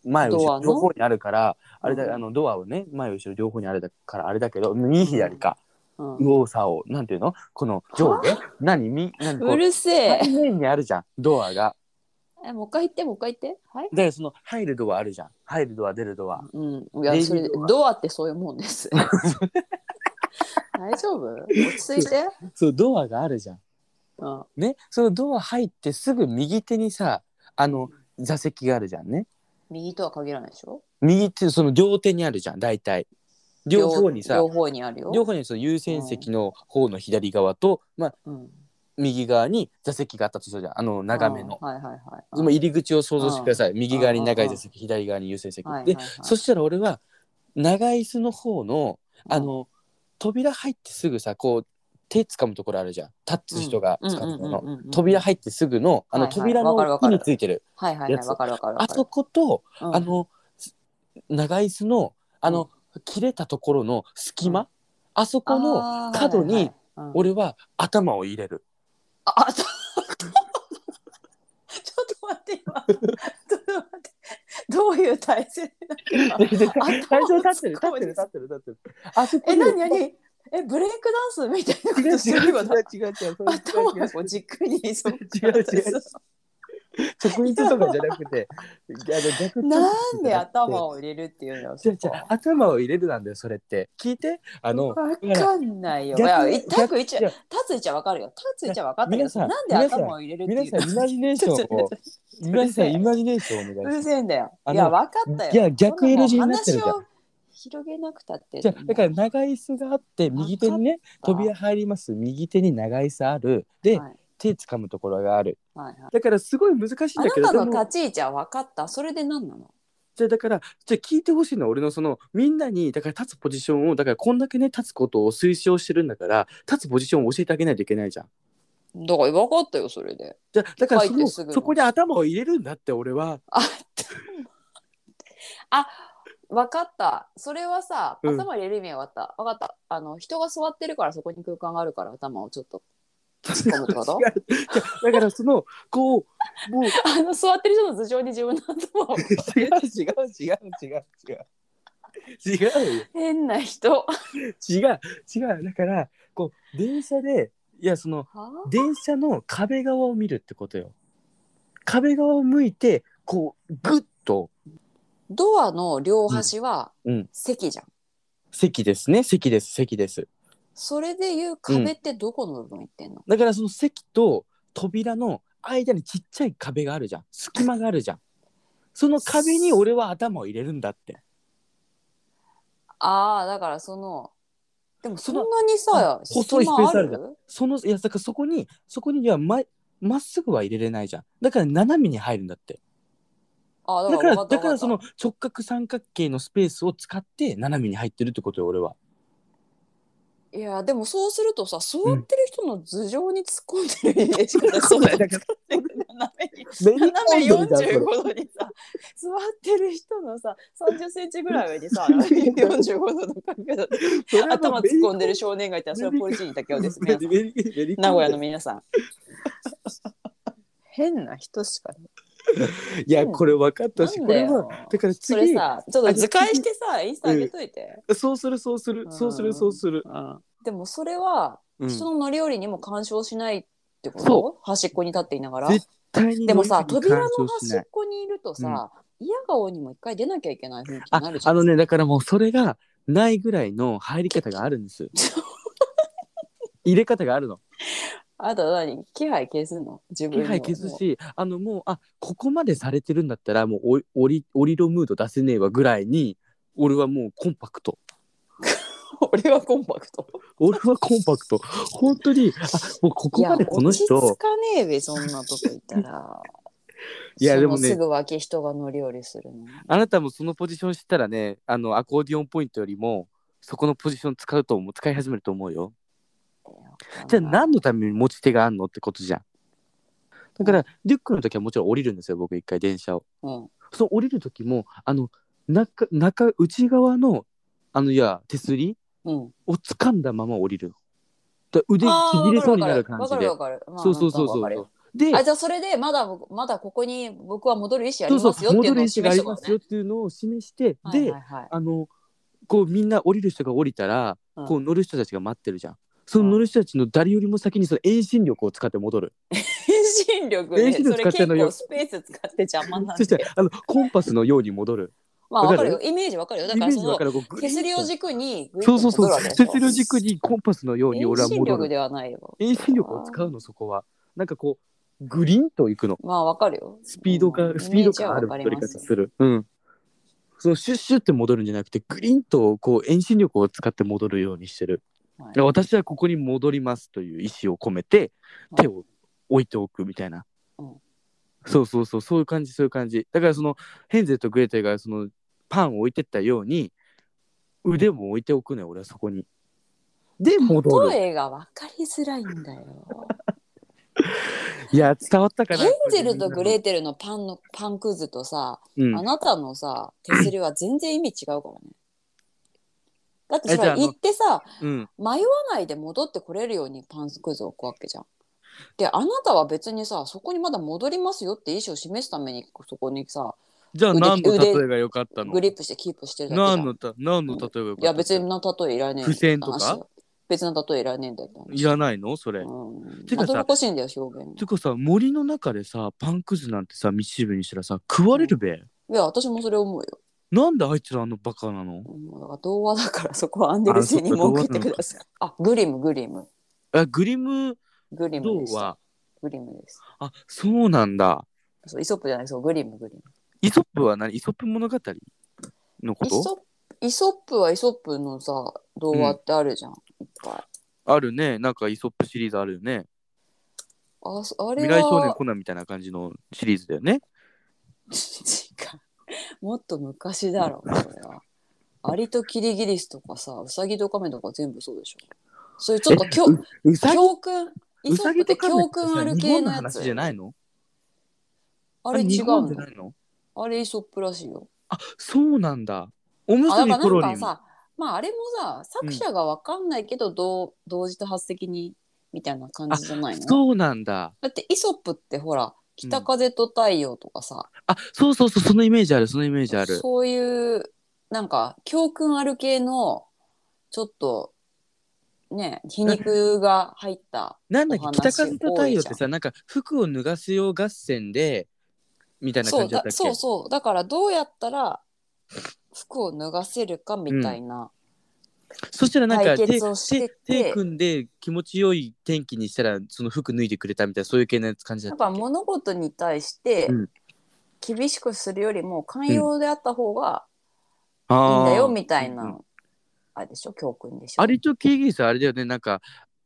Speaker 1: 前後
Speaker 2: ド
Speaker 1: ろ
Speaker 2: アの
Speaker 1: 両方にあるからあれだ、
Speaker 2: うん
Speaker 1: あのドアをね前後ろ両方にあれだからあれだけど右左か、
Speaker 2: うん
Speaker 1: 右往左往なんていうのこの上下何み何こ
Speaker 2: う
Speaker 1: う
Speaker 2: るせえ
Speaker 1: 背面にあるじゃんドアが
Speaker 2: えもう一回言ってもう一回言ってはい
Speaker 1: だからその入るドアあるじゃん入るドア出るドア、
Speaker 2: うん、いや
Speaker 1: レイジ
Speaker 2: それ
Speaker 1: ドア
Speaker 2: ドアってそういうもんです大丈夫落ち着いて、
Speaker 1: そうドアがあるじゃん
Speaker 2: うん、
Speaker 1: ね、そのドア入ってすぐ右手にさあの座席があるじゃんね
Speaker 2: 右とは限らないでしょ
Speaker 1: 右手その両手にあるじゃん大体両方にさ
Speaker 2: 両方にあるよ
Speaker 1: 両方にその優先席の方の左側と、まあ、
Speaker 2: うん
Speaker 1: 右側に座席があったとするじゃんあの長めの
Speaker 2: あ、ーはいはいはい
Speaker 1: その入り口を想像してください右側に長い座席左側に優先席、
Speaker 2: はいはい
Speaker 1: で
Speaker 2: はい
Speaker 1: そしたら俺は長い椅子の方のあの、扉入ってすぐさこう手掴むところあるじゃん立つ人が
Speaker 2: うん
Speaker 1: 掴むところの、
Speaker 2: うんうんうんうん
Speaker 1: 扉入ってすぐのあの
Speaker 2: はいはい
Speaker 1: 扉
Speaker 2: わかる
Speaker 1: の
Speaker 2: わか
Speaker 1: 木
Speaker 2: る
Speaker 1: についてる
Speaker 2: はいはい
Speaker 1: や
Speaker 2: はい
Speaker 1: つ
Speaker 2: わかるわかるわ
Speaker 1: あ
Speaker 2: かる
Speaker 1: そこと
Speaker 2: うん
Speaker 1: あのす長椅子のあの切れたところの隙間、
Speaker 2: う
Speaker 1: あそこの
Speaker 2: あー
Speaker 1: 角
Speaker 2: はい
Speaker 1: に
Speaker 2: はいはいうん
Speaker 1: 俺は頭を入れる。
Speaker 2: ああちょちょっと待って今ちょっと待ってどういう体勢だっけ
Speaker 1: 最初
Speaker 2: 頭を突っ込む
Speaker 1: 立ってる立ってる立ってる立ってる。あそこ
Speaker 2: え
Speaker 1: に
Speaker 2: 何 [LAUGHS] 何えブレイクダンスみたいなこ
Speaker 1: [LAUGHS] 違う違
Speaker 2: と
Speaker 1: う
Speaker 2: するよな
Speaker 1: 違う違う違う。
Speaker 2: 頭をこう軸にそう
Speaker 1: 違う違う直立とかじゃなくて、あの逆
Speaker 2: なんで頭
Speaker 1: を。
Speaker 2: を入れるっていうの
Speaker 1: じゃじゃ頭を入れるなんだよ、それって。聞いて、あの、
Speaker 2: わかんないよ。い
Speaker 1: 逆
Speaker 2: や、
Speaker 1: に
Speaker 2: い立つ位置
Speaker 1: 逆
Speaker 2: は、立つ位置はわかるよ。立つ位置はわかったけ
Speaker 1: 皆
Speaker 2: ど、
Speaker 1: さん
Speaker 2: なんで頭を入れるって
Speaker 1: 皆
Speaker 2: いう
Speaker 1: さん、イマジネーションを、皆さん、イマジネーションをお願いし
Speaker 2: [LAUGHS] う
Speaker 1: ます
Speaker 2: るせえんだよ。
Speaker 1: あの
Speaker 2: いや、わかったよ。
Speaker 1: いや逆 L 字になってるじゃん
Speaker 2: 話を広げなくたって。
Speaker 1: じゃあだから長椅子があって右手にね扉入ります右手に長椅子あるで、
Speaker 2: はい
Speaker 1: 手掴むところがある
Speaker 2: はいはい
Speaker 1: だからすごい難しいん
Speaker 2: あ
Speaker 1: だ
Speaker 2: な
Speaker 1: けど
Speaker 2: たの
Speaker 1: でも
Speaker 2: 立ち位置は分かった。それで何なの
Speaker 1: じゃあだからじゃあ聞いてほしいのは俺のそのみんなにだから立つポジションをだからこんだけね立つことを推奨してるんだから立つポジションを教えてあげないといけないじゃん。
Speaker 2: だから分かったよ、それで。
Speaker 1: じゃあだからそ
Speaker 2: 書い
Speaker 1: の
Speaker 2: てすぐに
Speaker 1: そこに頭を入れるんだって俺は。
Speaker 2: あ、あ分かった。それはさ、
Speaker 1: うん
Speaker 2: 頭入れる意味は分かった。分かった。あの、人が座ってるからそこに空間があるから頭をちょっと [LAUGHS] 突っ込むってこと
Speaker 1: [LAUGHS] 違うじゃあだからそのこうもう違
Speaker 2: あの、座ってる人の頭上に自分の頭を。
Speaker 1: う違う違う違う違う違うよ。
Speaker 2: 変な人。
Speaker 1: 違う違うだからこう電車でいやその
Speaker 2: は
Speaker 1: 電車の壁側を見るってことよ壁側を向いてこうグッと
Speaker 2: ドアの両端は
Speaker 1: うんうん
Speaker 2: 席じゃん。
Speaker 1: 席ですね席です席です
Speaker 2: それでいう壁ってどこの部分言ってんの、
Speaker 1: だからその席と扉の間にちっちゃい壁があるじゃん隙間があるじゃんその壁に俺は頭を入れるんだって
Speaker 2: ああ、だからその、でもそ
Speaker 1: そ
Speaker 2: ん
Speaker 1: の
Speaker 2: なにさ、
Speaker 1: うん細い
Speaker 2: 隙間
Speaker 1: スペースあるじゃそのいやだからそこにそこにはままっすぐは入れれないじゃんだから斜めに入るんだって
Speaker 2: ああ、
Speaker 1: だから
Speaker 2: わ
Speaker 1: だ
Speaker 2: っ
Speaker 1: か
Speaker 2: た
Speaker 1: らその直角三角形のスペースを使って斜めに入ってるってことよ俺は。
Speaker 2: いやでもそうするとさ座ってる人の頭上に突っ込んでるイメージが [LAUGHS] [LAUGHS] そ
Speaker 1: そう
Speaker 2: う
Speaker 1: だよ [LAUGHS]
Speaker 2: だ
Speaker 1: だ
Speaker 2: か
Speaker 1: から
Speaker 2: 斜めに
Speaker 1: めり
Speaker 2: 斜め
Speaker 1: 込んでるじゃん
Speaker 2: 45度にさ [LAUGHS] 座ってる人のさ30センチぐらい上に [LAUGHS] さ45度の角度で
Speaker 1: それは
Speaker 2: 頭突っ込んでる少年がいたらそれはポルチーニだけはです皆さん
Speaker 1: めり込んでる
Speaker 2: 名古屋の皆さん [LAUGHS] 変な人しかいない
Speaker 1: いやこれ分かったし
Speaker 2: なん
Speaker 1: こ
Speaker 2: だ
Speaker 1: れ
Speaker 2: よ
Speaker 1: はだから
Speaker 2: それ
Speaker 1: 次
Speaker 2: さちょっと図解してさインスタ上げといて、
Speaker 1: そうするそうするそうす
Speaker 2: う
Speaker 1: る
Speaker 2: ん
Speaker 1: そうする、
Speaker 2: うんでもそれは
Speaker 1: うん、
Speaker 2: 人の乗り降りにも干渉しないってこと、
Speaker 1: そ
Speaker 2: 端っこに立っていながら
Speaker 1: 絶対に
Speaker 2: でもさ
Speaker 1: 乗り
Speaker 2: 扉
Speaker 1: 換え
Speaker 2: の
Speaker 1: に干渉し
Speaker 2: 端
Speaker 1: な
Speaker 2: っ
Speaker 1: い
Speaker 2: こにいるとさ、嫌顔にも一回出なきゃいけない雰囲気にな
Speaker 1: あ
Speaker 2: るじゃ
Speaker 1: あ
Speaker 2: ん
Speaker 1: のねだからもうそれがないぐらいの入り方があるんです
Speaker 2: [LAUGHS]
Speaker 1: 入れ方があるの
Speaker 2: あと何気配消すの自
Speaker 1: 気
Speaker 2: 分の
Speaker 1: 配消す
Speaker 2: も
Speaker 1: しあのもうあここまでされてるんだったらもうお降り降りろムード出せねえわぐらいに俺はもうコンパク
Speaker 2: [LAUGHS]
Speaker 1: ト
Speaker 2: う [LAUGHS] 俺はコンパクト
Speaker 1: 俺はコンパクト本当にあもうここまでこの
Speaker 2: いや落ち
Speaker 1: 人
Speaker 2: 着かねえべそんなとこいたら
Speaker 1: [LAUGHS] いや
Speaker 2: その
Speaker 1: でもね
Speaker 2: すぐ脇人が乗り降りするの
Speaker 1: あなたもそのポジションしたらねあのアコーディオンポイントよりもそこのポジション使うと思う使い始めると思うよじゃあ何のために持ち手があんのってことじゃんだからリュックの時はもちろん降りるんですよ僕一回電車を
Speaker 2: うん
Speaker 1: その降りる時もあの中中内側のあのいや手すり
Speaker 2: うん
Speaker 1: を掴んだまま降りるのだから腕
Speaker 2: あー
Speaker 1: ちぎれそうになる感
Speaker 2: わ
Speaker 1: じ
Speaker 2: か
Speaker 1: で
Speaker 2: るわかるわかるわかるまあ
Speaker 1: そうそうそう
Speaker 2: な
Speaker 1: そ
Speaker 2: んとなくわかるよ
Speaker 1: うで
Speaker 2: あじゃあそれでまだまだここに僕は戻る意思
Speaker 1: そ
Speaker 2: あ
Speaker 1: う
Speaker 2: り
Speaker 1: そ
Speaker 2: ますよ
Speaker 1: う
Speaker 2: ってい
Speaker 1: 戻
Speaker 2: うの
Speaker 1: る意
Speaker 2: を
Speaker 1: 思が
Speaker 2: 示
Speaker 1: あり
Speaker 2: した
Speaker 1: ま
Speaker 2: もん
Speaker 1: すよ
Speaker 2: ね
Speaker 1: っていうのを示して、
Speaker 2: はい
Speaker 1: で
Speaker 2: はいはい
Speaker 1: あのこうみんな降りる人が降りたら、
Speaker 2: うん
Speaker 1: こう乗る人たちが待ってるじゃんその乗る人たちの誰よりも先にその遠心力を使って戻る、
Speaker 2: 遠心力
Speaker 1: 遠
Speaker 2: ね
Speaker 1: 心力
Speaker 2: そ
Speaker 1: 使っ
Speaker 2: れ
Speaker 1: て
Speaker 2: 結
Speaker 1: んのよ
Speaker 2: 構スペース使って邪魔なん
Speaker 1: そして
Speaker 2: で
Speaker 1: あのコンパスのように戻る
Speaker 2: まあわかるよ
Speaker 1: わ
Speaker 2: イメージわかるよだ
Speaker 1: イ
Speaker 2: か
Speaker 1: メ
Speaker 2: ら
Speaker 1: ー
Speaker 2: そ
Speaker 1: ジわ
Speaker 2: の
Speaker 1: かるこうグリ
Speaker 2: 手
Speaker 1: ッと
Speaker 2: すりを軸にグイッ
Speaker 1: そう
Speaker 2: と
Speaker 1: そう
Speaker 2: 戻
Speaker 1: そ
Speaker 2: るわ
Speaker 1: う
Speaker 2: けでし
Speaker 1: 手
Speaker 2: ょ
Speaker 1: すりを軸にコンパスのように俺は
Speaker 2: 遠心
Speaker 1: 戻
Speaker 2: 力
Speaker 1: る
Speaker 2: ではないよ
Speaker 1: 遠心力を使うのそこはなんかこうグリンといくの
Speaker 2: まあわかるよ
Speaker 1: スピードが、
Speaker 2: うん
Speaker 1: スピード感ある
Speaker 2: イメージはわか
Speaker 1: 戻
Speaker 2: り
Speaker 1: り方
Speaker 2: ます
Speaker 1: するうんそのシュッシュって戻るんじゃなくてグリンとこう遠心力を使って戻るようにしてる、
Speaker 2: はい
Speaker 1: だから私はここに戻りますという意思を込めて
Speaker 2: はい
Speaker 1: 手を置いておくみたいな、
Speaker 2: うん
Speaker 1: そうそうそうそういう感じそういう感じだからそのヘンゼルとグレーテルがそのパンを置いてったように腕も置いておくのよ俺はそこにで戻る
Speaker 2: 声がわかりづらいんだよ
Speaker 1: いや伝わったかな
Speaker 2: ヘンゼルとグレ
Speaker 1: ー
Speaker 2: ーテルのパンのパンくずとさ
Speaker 1: テ
Speaker 2: あなたのさ手すりは全然意味違う
Speaker 1: [COUGHS]
Speaker 2: からねだってそれ
Speaker 1: えじゃああの
Speaker 2: 行ってさ
Speaker 1: うん、うん、
Speaker 2: 迷わないで戻ってこれるようにパンクズを置くわけじゃん。であなたは別にさそこにまだ戻りますよって意思を示すためにそこにさ
Speaker 1: じゃあ
Speaker 2: 腕
Speaker 1: 何の例えが良かったの
Speaker 2: グリップしてキープしてるだけじゃ
Speaker 1: 何
Speaker 2: ん。
Speaker 1: のた何の例えばよかった
Speaker 2: いや別に何の例えいらねえ
Speaker 1: 付箋とか
Speaker 2: 話よ別な例えいらねえんだよって話
Speaker 1: いらないのそれ。
Speaker 2: うん
Speaker 1: てかさ
Speaker 2: まどろっこしいんだよ表現
Speaker 1: てかさ森の中でさパンくずなんてさ道しるにしたらさ食われるべ、
Speaker 2: いや私もそれ思うよ、
Speaker 1: なんであいつらあのバカなの
Speaker 2: うん、だから童話だからそこはアンデルセンに
Speaker 1: あそっか
Speaker 2: 設けてくださいあグリムグリム
Speaker 1: あグリム
Speaker 2: グリム
Speaker 1: 童
Speaker 2: です
Speaker 1: 話
Speaker 2: グリムです
Speaker 1: あそうなんだ
Speaker 2: そうイソップじゃないそうグリムグリム
Speaker 1: イソップは何イソップ物語のこ
Speaker 2: イ
Speaker 1: と
Speaker 2: ソイソップはイソップのさ童話ってあるじゃん、いっぱい
Speaker 1: あるねなんかイソップシリーズあるよね
Speaker 2: あそあれ
Speaker 1: 未来少年
Speaker 2: は
Speaker 1: コナンみたいな感じのシリーズだよね
Speaker 2: [LAUGHS] 違うもっと昔だろそれはアリとキリギリスとかさウサギとカメとか全部そうでしょそういうちょっときょ
Speaker 1: うさぎ
Speaker 2: 教訓イ
Speaker 1: う
Speaker 2: ソ
Speaker 1: さ
Speaker 2: ップ
Speaker 1: ぎ
Speaker 2: って
Speaker 1: とカメっ
Speaker 2: 教
Speaker 1: て
Speaker 2: 訓あ
Speaker 1: さ
Speaker 2: る
Speaker 1: 日
Speaker 2: 系
Speaker 1: 本の
Speaker 2: のやつ
Speaker 1: 話じゃないの
Speaker 2: あれ違
Speaker 1: 日
Speaker 2: う
Speaker 1: 本
Speaker 2: の
Speaker 1: じゃないの
Speaker 2: あれイソップらしいよ
Speaker 1: あそうなんだおむ
Speaker 2: あ
Speaker 1: す
Speaker 2: だ
Speaker 1: び
Speaker 2: から
Speaker 1: コ
Speaker 2: なん
Speaker 1: ロ
Speaker 2: か
Speaker 1: リも
Speaker 2: さまああれもさ作者がわかんないけど、同同時多発的にみたいな感じじゃないの
Speaker 1: そうなんだ
Speaker 2: だってイソップってほら「北風と太陽」とかさ、
Speaker 1: あそうそうそうそのイメージあるそのイメージある
Speaker 2: そういうなんか教訓ある系のちょっとね皮肉が入った
Speaker 1: なんだっけ
Speaker 2: お話
Speaker 1: 北風と太陽って
Speaker 2: 多いじ
Speaker 1: さなんか服を脱がすよう合戦でみたいな
Speaker 2: そ
Speaker 1: 感
Speaker 2: う
Speaker 1: じだった
Speaker 2: だ
Speaker 1: っけ
Speaker 2: そうそうだからどうやったら服を脱がせるかみたいな、
Speaker 1: そしたらなんか
Speaker 2: 対
Speaker 1: 手
Speaker 2: 決をして
Speaker 1: 手
Speaker 2: て
Speaker 1: 手組んで気持ちよい天気にしたらその服脱いでくれたみたいなそういう系のやつ感じだ
Speaker 2: やっ
Speaker 1: った
Speaker 2: ぱ
Speaker 1: っけ
Speaker 2: 物事に対して
Speaker 1: うん
Speaker 2: 厳しくするよりも寛容であった方がいいん
Speaker 1: あ
Speaker 2: だよ
Speaker 1: ー
Speaker 2: みたいな、
Speaker 1: うんうん
Speaker 2: あれでしょ教訓でしょ
Speaker 1: アリとキリギリスはあれだよねなんか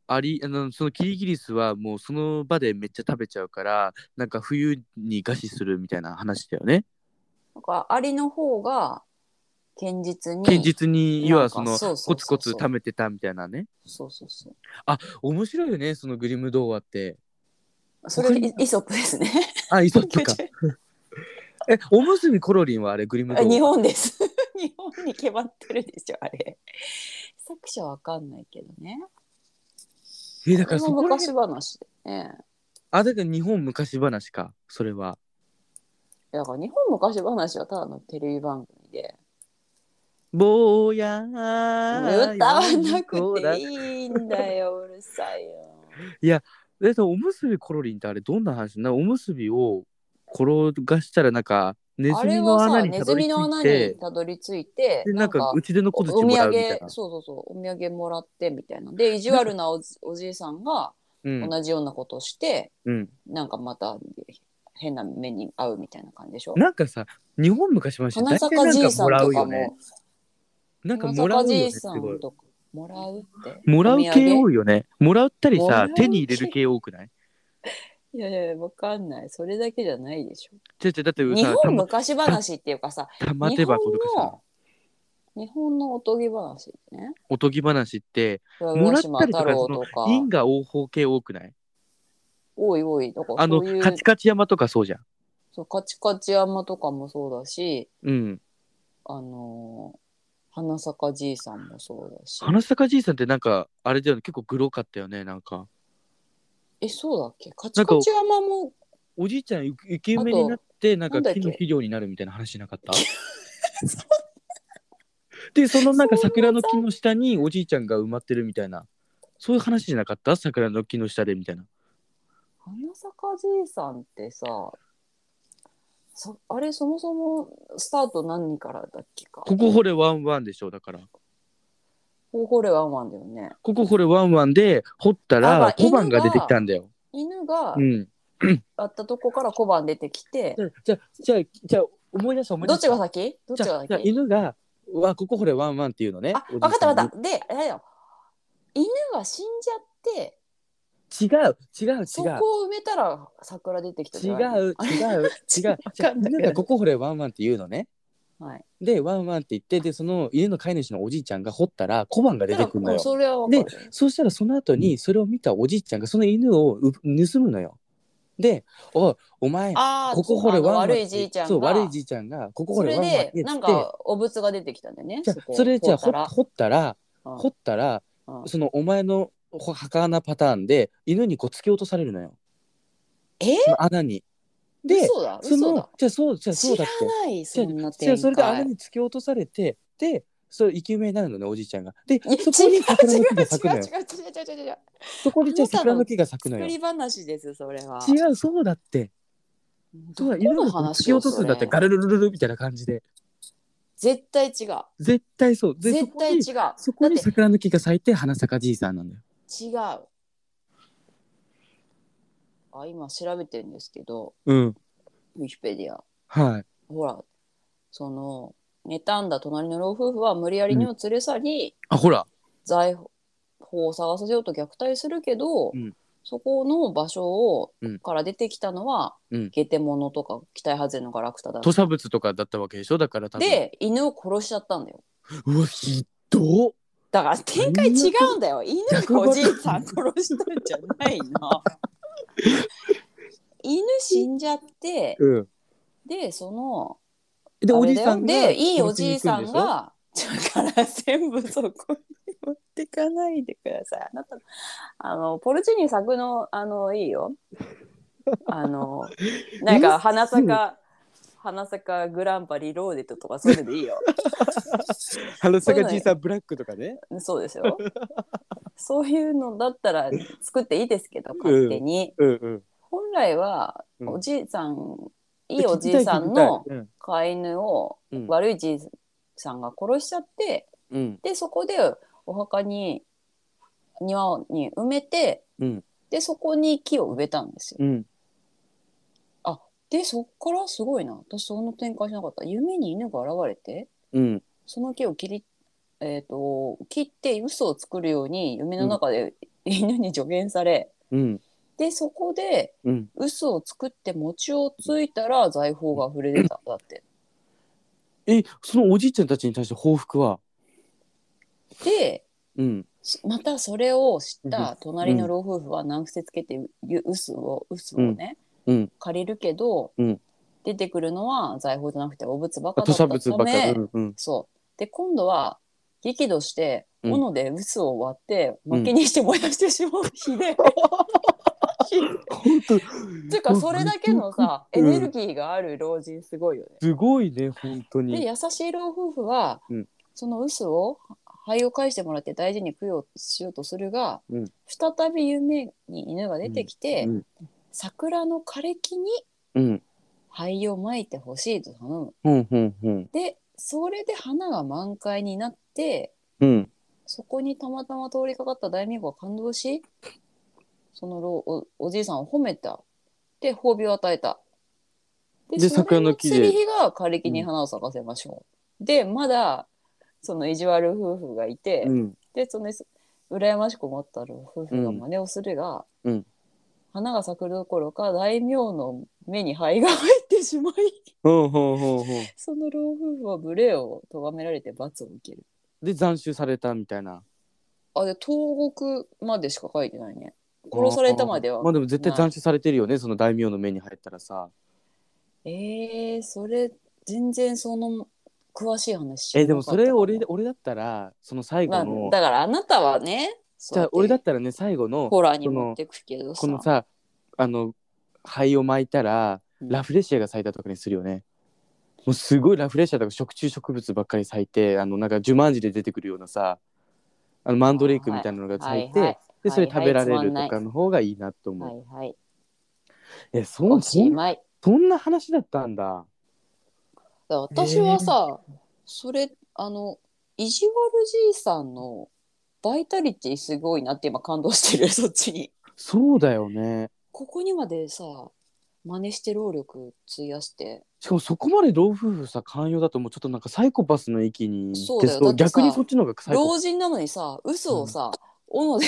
Speaker 1: アリあのそのキリギリスはもうその場でめっちゃ食べちゃうからなんか冬に餓死するみたいな話だよね
Speaker 2: なんかアリの方が堅実に
Speaker 1: 堅実に要はそ
Speaker 2: なん
Speaker 1: の
Speaker 2: かそうそ
Speaker 1: コ
Speaker 2: う
Speaker 1: ツ
Speaker 2: そ
Speaker 1: コ
Speaker 2: うそ
Speaker 1: ツ
Speaker 2: う
Speaker 1: 貯めてたみたいなね
Speaker 2: そうそうそう
Speaker 1: 面白いよねそのグリム童話って
Speaker 2: それイイソップですね。
Speaker 1: あイソップか
Speaker 2: [LAUGHS]
Speaker 1: えおむすびコロリンはあれグリム童話
Speaker 2: 日本です。 [LAUGHS] 日本に決まってるでしょあれ。作者わかんないけどね。
Speaker 1: えだからそ
Speaker 2: これも
Speaker 1: こら
Speaker 2: 昔
Speaker 1: 辺
Speaker 2: 話でね。
Speaker 1: あだから日本昔話かそれは
Speaker 2: だから日本昔話はただのテレビ番組で。
Speaker 1: 坊や
Speaker 2: 歌わなくていいんだようるさいよ。
Speaker 1: [LAUGHS] でそのおむすびコロリンってあれどんな話なのおむすびを転がしたらなんかネ
Speaker 2: あ
Speaker 1: ズミ
Speaker 2: れ
Speaker 1: の
Speaker 2: は
Speaker 1: 穴
Speaker 2: さ
Speaker 1: に
Speaker 2: ネ
Speaker 1: たど
Speaker 2: ズ
Speaker 1: り
Speaker 2: ミ
Speaker 1: 着い
Speaker 2: の穴
Speaker 1: て
Speaker 2: にたどり着いて
Speaker 1: でなんかうちでの
Speaker 2: お
Speaker 1: 小槌
Speaker 2: お
Speaker 1: も
Speaker 2: 土
Speaker 1: らう
Speaker 2: 産
Speaker 1: みたいな
Speaker 2: そうそうそうお土産もらってみたいなで意地悪なおじおじいさんが
Speaker 1: うん
Speaker 2: 同じようなことをして、
Speaker 1: うん
Speaker 2: なんかまた変な目に遭うみたいな感じでしょ
Speaker 1: なんかさ日本昔話って
Speaker 2: 花
Speaker 1: 大体
Speaker 2: 坂
Speaker 1: な
Speaker 2: じ
Speaker 1: ん
Speaker 2: い
Speaker 1: か
Speaker 2: さ
Speaker 1: も
Speaker 2: ん
Speaker 1: ら
Speaker 2: と
Speaker 1: う
Speaker 2: か
Speaker 1: よね
Speaker 2: も
Speaker 1: なんか
Speaker 2: 花
Speaker 1: もら
Speaker 2: 坂
Speaker 1: うよ
Speaker 2: じ
Speaker 1: ね
Speaker 2: い
Speaker 1: す
Speaker 2: さ
Speaker 1: ごい
Speaker 2: んとかもらうって
Speaker 1: もらう系多
Speaker 2: い
Speaker 1: いよねもらったり
Speaker 2: もら
Speaker 1: さ
Speaker 2: う系
Speaker 1: 手に入れる系多くない
Speaker 2: いやいやわかんないそれだけじゃないでしょ
Speaker 1: ちょちょだって
Speaker 2: 日
Speaker 1: さた
Speaker 2: 本
Speaker 1: ま
Speaker 2: 昔話っていうかさ
Speaker 1: 玉手
Speaker 2: 日本
Speaker 1: 箱とかさ
Speaker 2: の日本のおとぎ話ね
Speaker 1: おとぎ話ってもら
Speaker 2: 浦
Speaker 1: った
Speaker 2: 島
Speaker 1: りと
Speaker 2: 太
Speaker 1: か
Speaker 2: 郎
Speaker 1: そ
Speaker 2: と
Speaker 1: の
Speaker 2: か
Speaker 1: 因果応報系多くない
Speaker 2: おいおいだから
Speaker 1: あの
Speaker 2: そういう
Speaker 1: カチカチ山とかそうじゃん
Speaker 2: そうカチカチ山とかもそうだし
Speaker 1: うん
Speaker 2: あのー花坂じいさんもそうだし
Speaker 1: 花坂じいさんってなんかあれだよね結構グロかったよねなんか
Speaker 2: えそうだっけカチカチ山も
Speaker 1: おじいちゃんイケイケメンになってなんか
Speaker 2: なんだっけ
Speaker 1: 木の肥料になるみたいな話しなか
Speaker 2: [LAUGHS]
Speaker 1: ったでそのなんか
Speaker 2: そんな
Speaker 1: 桜の木の下におじいちゃんが埋まってるみたいなそういう話じゃなかった桜の木の下でみたいな
Speaker 2: 花坂じいさんってさそあれそもそもスタート何からだっけか
Speaker 1: ここ掘れワンワンでしょだから
Speaker 2: ほほれワンワンだよね
Speaker 1: ここ掘れワンワンで掘った
Speaker 2: あ
Speaker 1: ら
Speaker 2: まあ
Speaker 1: 小判が出てきたんだよ。
Speaker 2: 犬が
Speaker 1: うん、
Speaker 2: あったとこから小判出てきて、
Speaker 1: じゃあじゃあじゃあ思い出した思い
Speaker 2: ど
Speaker 1: 出
Speaker 2: っ
Speaker 1: し
Speaker 2: ち
Speaker 1: た
Speaker 2: が先どっち
Speaker 1: じゃ
Speaker 2: が
Speaker 1: あじゃあ
Speaker 2: 先
Speaker 1: 犬が「わここ掘れワンワン」っていうのね。
Speaker 2: あ
Speaker 1: おじい
Speaker 2: 分かった
Speaker 1: さん
Speaker 2: 分
Speaker 1: に
Speaker 2: かったであれだよ犬が死んじゃって
Speaker 1: 違う違う違う
Speaker 2: そこを埋めたら桜出てきた
Speaker 1: 違
Speaker 2: じゃないう
Speaker 1: 違う違う
Speaker 2: わかんない
Speaker 1: 犬が「ここ掘れワンワン」って言うのね。
Speaker 2: はい
Speaker 1: でワンワンって言ってでその犬の飼い主のおじいちゃんが掘ったら小判が出てくるの
Speaker 2: だから
Speaker 1: よ。
Speaker 2: もうそれは分かる
Speaker 1: そうしたらその後にそれを見たおじいちゃんがその犬をう盗むのよ。で「おいお前
Speaker 2: ああ
Speaker 1: ここ掘れ
Speaker 2: あの
Speaker 1: ワンワン」
Speaker 2: 悪いじいちゃんが
Speaker 1: そう悪いじいちゃんが「ここ掘
Speaker 2: そ
Speaker 1: れ
Speaker 2: れ
Speaker 1: ワンワン」って言
Speaker 2: で
Speaker 1: って
Speaker 2: なんかお仏が出てきたんだよね
Speaker 1: じゃあ
Speaker 2: そこを
Speaker 1: それじゃあ
Speaker 2: 掘
Speaker 1: 掘
Speaker 2: ったら
Speaker 1: 掘ったら
Speaker 2: うん
Speaker 1: 掘ったら
Speaker 2: うん
Speaker 1: そのお前のほ儚パターンで犬にこう突き落とされるのよ。
Speaker 2: え
Speaker 1: その穴に。で
Speaker 2: 嘘だ
Speaker 1: そ
Speaker 2: 嘘
Speaker 1: の
Speaker 2: だ
Speaker 1: じゃあそうじゃあそう
Speaker 2: 知
Speaker 1: だ
Speaker 2: ら
Speaker 1: って。
Speaker 2: ないそんな
Speaker 1: じゃ
Speaker 2: 展
Speaker 1: あそれで穴
Speaker 2: 開
Speaker 1: に突き落とされてでそれ生き埋めになるのねおじいちゃんがで
Speaker 2: いや違う違う違う違う違う違う
Speaker 1: そこに桜の木が咲くのよ
Speaker 2: 違う違う
Speaker 1: そこにじゃあ桜の木が咲くのよ
Speaker 2: 作り話ですそれは
Speaker 1: 違うそうだってそ
Speaker 2: ど
Speaker 1: う
Speaker 2: こ
Speaker 1: だ犬
Speaker 2: の
Speaker 1: が突き
Speaker 2: 話を
Speaker 1: 落と
Speaker 2: そ
Speaker 1: すん
Speaker 2: れ
Speaker 1: だってガルルルルルみたいな感じで
Speaker 2: 絶対違う
Speaker 1: 絶対そうでそ
Speaker 2: 絶
Speaker 1: こ
Speaker 2: 対違
Speaker 1: に
Speaker 2: うだ
Speaker 1: そこ
Speaker 2: っ
Speaker 1: に
Speaker 2: て
Speaker 1: 桜の木が咲いて花咲かじいさんなんだよ
Speaker 2: 違うあ今調べてるんですけど
Speaker 1: うん
Speaker 2: ウィキペディア
Speaker 1: はい
Speaker 2: ほらその妬んだ隣の老夫婦は無理やり犬を連れ去り、
Speaker 1: あほら
Speaker 2: 財宝を探させようと虐待するけど、
Speaker 1: うん
Speaker 2: そこの場所を、
Speaker 1: うん
Speaker 2: から出てきたのは、
Speaker 1: うん
Speaker 2: ゲテモノとか期待外れのガラクタだ
Speaker 1: 土砂物とかだったわけでしょだから多分
Speaker 2: で犬を殺しちゃったんだよ
Speaker 1: うわひどっ
Speaker 2: だから展開違うんだよ犬がおじいさん殺したんじゃない [LAUGHS] の犬死んじゃって
Speaker 1: うん
Speaker 2: でその
Speaker 1: で
Speaker 2: あ
Speaker 1: お
Speaker 2: れ
Speaker 1: じい
Speaker 2: だよ
Speaker 1: さんが
Speaker 2: でいいお
Speaker 1: 殺し
Speaker 2: じ
Speaker 1: に行
Speaker 2: いさ
Speaker 1: く
Speaker 2: ん
Speaker 1: でしょ
Speaker 2: がだから全部そこに持ってかないでくださいあなたあのポルチーニ作のあのいいよあ
Speaker 1: [LAUGHS]
Speaker 2: のなんか花坂花坂グランパリローデットとかそういうのでいいよ
Speaker 1: 花
Speaker 2: そ
Speaker 1: 坂
Speaker 2: うだよ
Speaker 1: じいさんブラックとかね
Speaker 2: そうですよそういうのだったら作っていいですけど勝手に、
Speaker 1: うんうん
Speaker 2: 本来は
Speaker 1: うん
Speaker 2: おじいさん、いいおじいさんの
Speaker 1: うん
Speaker 2: 飼い犬を
Speaker 1: うん
Speaker 2: 悪いじいさんが殺しちゃって、
Speaker 1: うん
Speaker 2: でそこでお墓に庭に埋めて、
Speaker 1: うん
Speaker 2: でそこに木を植えたんですよ。
Speaker 1: うん
Speaker 2: でそっからすごいな私その展開しなかった夢に犬が現れて
Speaker 1: うん
Speaker 2: その木を切り、えー、と切って嘘を作るように夢の中で犬に助言され、
Speaker 1: うん
Speaker 2: でそこで
Speaker 1: うん
Speaker 2: 嘘を作って餅をついたら財宝が溢れ出ただって。
Speaker 1: えそのおじいちゃんたちに対して報復は
Speaker 2: で
Speaker 1: うん
Speaker 2: しまたそれを知っ
Speaker 1: う
Speaker 2: た隣の老夫婦は難癖つけてう嘘を嘘をね、
Speaker 1: うん
Speaker 2: 借りるけど、
Speaker 1: うん
Speaker 2: 出てくるのは財宝じゃなくてお仏ばかだ
Speaker 1: 土
Speaker 2: った
Speaker 1: 砂
Speaker 2: た
Speaker 1: 物
Speaker 2: め
Speaker 1: ばかりうんうん
Speaker 2: そうで今度は激怒して
Speaker 1: うん
Speaker 2: 斧で嘘を割って
Speaker 1: うん
Speaker 2: 薪にして燃やしてしまう
Speaker 1: [LAUGHS]
Speaker 2: 日で、ひで
Speaker 1: [LAUGHS] 本当
Speaker 2: えていうかそれだけのさ、
Speaker 1: うん
Speaker 2: エネルギーがある老人すごいよね。
Speaker 1: すごいね本当
Speaker 2: で
Speaker 1: に
Speaker 2: 優しい老夫婦は、
Speaker 1: うん
Speaker 2: その嘘を灰を返してもらって大事に供養しようとするが、
Speaker 1: うん
Speaker 2: 再び夢に犬が出てきて、
Speaker 1: うんうん
Speaker 2: 桜の枯れ木に
Speaker 1: うん
Speaker 2: 灰をまいてほしいと頼む。
Speaker 1: うんうんうん
Speaker 2: でそれで花が満開になって
Speaker 1: うん
Speaker 2: そこにたまたま通りかかった大名が感動しその老おおじいさんを褒めたで褒美を与えたで
Speaker 1: で桜
Speaker 2: 桜
Speaker 1: の
Speaker 2: の
Speaker 1: 木
Speaker 2: 木
Speaker 1: で
Speaker 2: でり火が枯れ木に花を咲かせましょう、でまだその意地悪夫婦がいて、
Speaker 1: うん
Speaker 2: でその羨ましく思った老夫婦が真似をするが、
Speaker 1: うんうん
Speaker 2: 花が咲くどころか大名の目に灰が入ってしまい
Speaker 1: ほうほうほうほ
Speaker 2: その老夫婦は無礼を咎められて罰を受ける
Speaker 1: うで斬首されたみたいな
Speaker 2: あで東国までしか書いてないね殺されたまでは
Speaker 1: まあでも絶対
Speaker 2: ない
Speaker 1: 斬首されてるよねその大名の目に入ったらさ
Speaker 2: えー、それ全然その詳しい話知ら
Speaker 1: え
Speaker 2: な
Speaker 1: で
Speaker 2: か
Speaker 1: も
Speaker 2: ったか
Speaker 1: そ
Speaker 2: な
Speaker 1: れ俺俺だったらその最後
Speaker 2: まあ、
Speaker 1: の
Speaker 2: だからあなたはね
Speaker 1: じゃあ俺だ
Speaker 2: っ
Speaker 1: ったらね最後の
Speaker 2: ホラーに持ってくけどさ
Speaker 1: このさあの灰を巻いたら
Speaker 2: うん
Speaker 1: ラフレシアが咲いたとかにするよね。もうすごいラフレシアとか食虫植物ばっかり咲いてあのなんかジュマンジで出てくるようなさあのマンドレイクみたいなのが咲いて、
Speaker 2: はいはい
Speaker 1: でそれ食べられ
Speaker 2: はいはいつ
Speaker 1: る
Speaker 2: まんな
Speaker 1: と
Speaker 2: い
Speaker 1: かの方がいいなと思う。
Speaker 2: はいはい
Speaker 1: えそ
Speaker 2: お
Speaker 1: んそ
Speaker 2: し
Speaker 1: ん
Speaker 2: まい
Speaker 1: そんな話だったんだ。
Speaker 2: だから私はさ、それあの意地悪じいさんのバイタリティすごいなって今感動してるそっちに
Speaker 1: そうだよね。
Speaker 2: ここにまでさ真似して労力費やして
Speaker 1: しかもそこまで老夫婦さ寛容だともうちょっとなんかサイコパスの域に行って
Speaker 2: そうだよ
Speaker 1: そう
Speaker 2: だってさ
Speaker 1: 逆にそっちの方がサイコ
Speaker 2: 老人なのにさ嘘をさ、斧で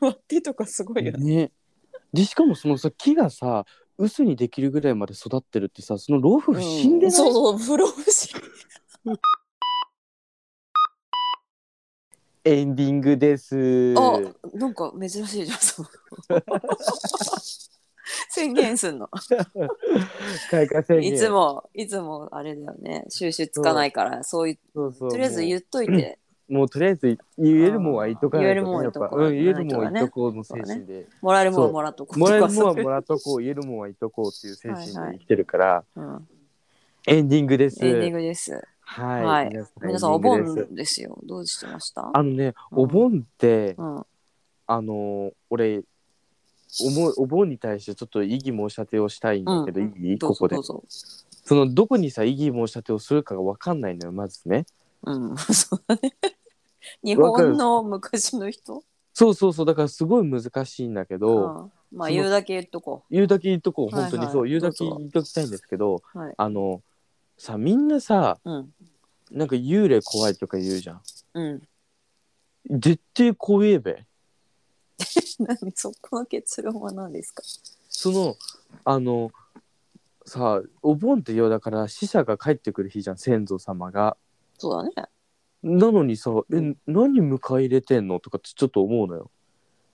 Speaker 2: 割ってとかすごいよね。
Speaker 1: ね。でしかもそのさ木がさ薄にできるぐらいまで育ってるってさその老夫婦死んでない、
Speaker 2: そうそう不老不死
Speaker 1: エンディングです。
Speaker 2: あなんか珍しいじゃんそう [LAUGHS] 宣言すんの
Speaker 1: 開花宣言
Speaker 2: いつもいつもあれだよね収集つかないからそういう
Speaker 1: そうそう
Speaker 2: とりあえず
Speaker 1: も
Speaker 2: 言っといて
Speaker 1: うもうとりあえず言えるもんは言っとかないと、
Speaker 2: うん言えるもんは
Speaker 1: やっ
Speaker 2: 言っ
Speaker 1: ぱ
Speaker 2: とか
Speaker 1: う
Speaker 2: なんい
Speaker 1: 言
Speaker 2: とね
Speaker 1: えるもんは言っとこうの精神で、
Speaker 2: もらえるもの
Speaker 1: そう
Speaker 2: はもらっとこう
Speaker 1: もらえるもん
Speaker 2: と [LAUGHS]
Speaker 1: は
Speaker 2: か
Speaker 1: もらっとこう言えるもんは言っとこうっていう精神で
Speaker 2: はいは
Speaker 1: 生
Speaker 2: い
Speaker 1: きてるから、
Speaker 2: うん
Speaker 1: エンディングです
Speaker 2: エンディングです
Speaker 1: はい、
Speaker 2: はい
Speaker 1: 皆さん
Speaker 2: 皆さん
Speaker 1: エ
Speaker 2: お
Speaker 1: ンディングです
Speaker 2: 盆ですよどうしてました
Speaker 1: あのね、
Speaker 2: うん
Speaker 1: お盆って、
Speaker 2: うん
Speaker 1: あのー俺おもお盆に対してちょっと異議申し立てをしたいんだけど、
Speaker 2: うん
Speaker 1: いい
Speaker 2: どう
Speaker 1: ここ
Speaker 2: ぞ
Speaker 1: で
Speaker 2: どうぞ
Speaker 1: そのどこにさ異議申し立てをするかが分かんないのよまずね
Speaker 2: うん [LAUGHS] そうだね日本の昔の人
Speaker 1: そうそうそうだからすごい難しいんだけど、
Speaker 2: うんまあ
Speaker 1: その
Speaker 2: 言うだけ言っとこ
Speaker 1: 言うだけ言っとこう
Speaker 2: はいは
Speaker 1: 本
Speaker 2: い
Speaker 1: 当にそう、言うだけ
Speaker 2: どうぞ
Speaker 1: 言っときたいんですけど
Speaker 2: うはい
Speaker 1: あのさみんなさ
Speaker 2: うん
Speaker 1: なんか幽霊怖いとか言うじゃん [LAUGHS]
Speaker 2: うん
Speaker 1: 絶対怖えべ
Speaker 2: 何そこの結論は何ですか
Speaker 1: そのあのさお盆ってよだから死者が帰ってくる日じゃん先祖様が
Speaker 2: そうだね
Speaker 1: なのにさ「
Speaker 2: う
Speaker 1: え何迎え入れてんの?」とかってちょっと思うのよ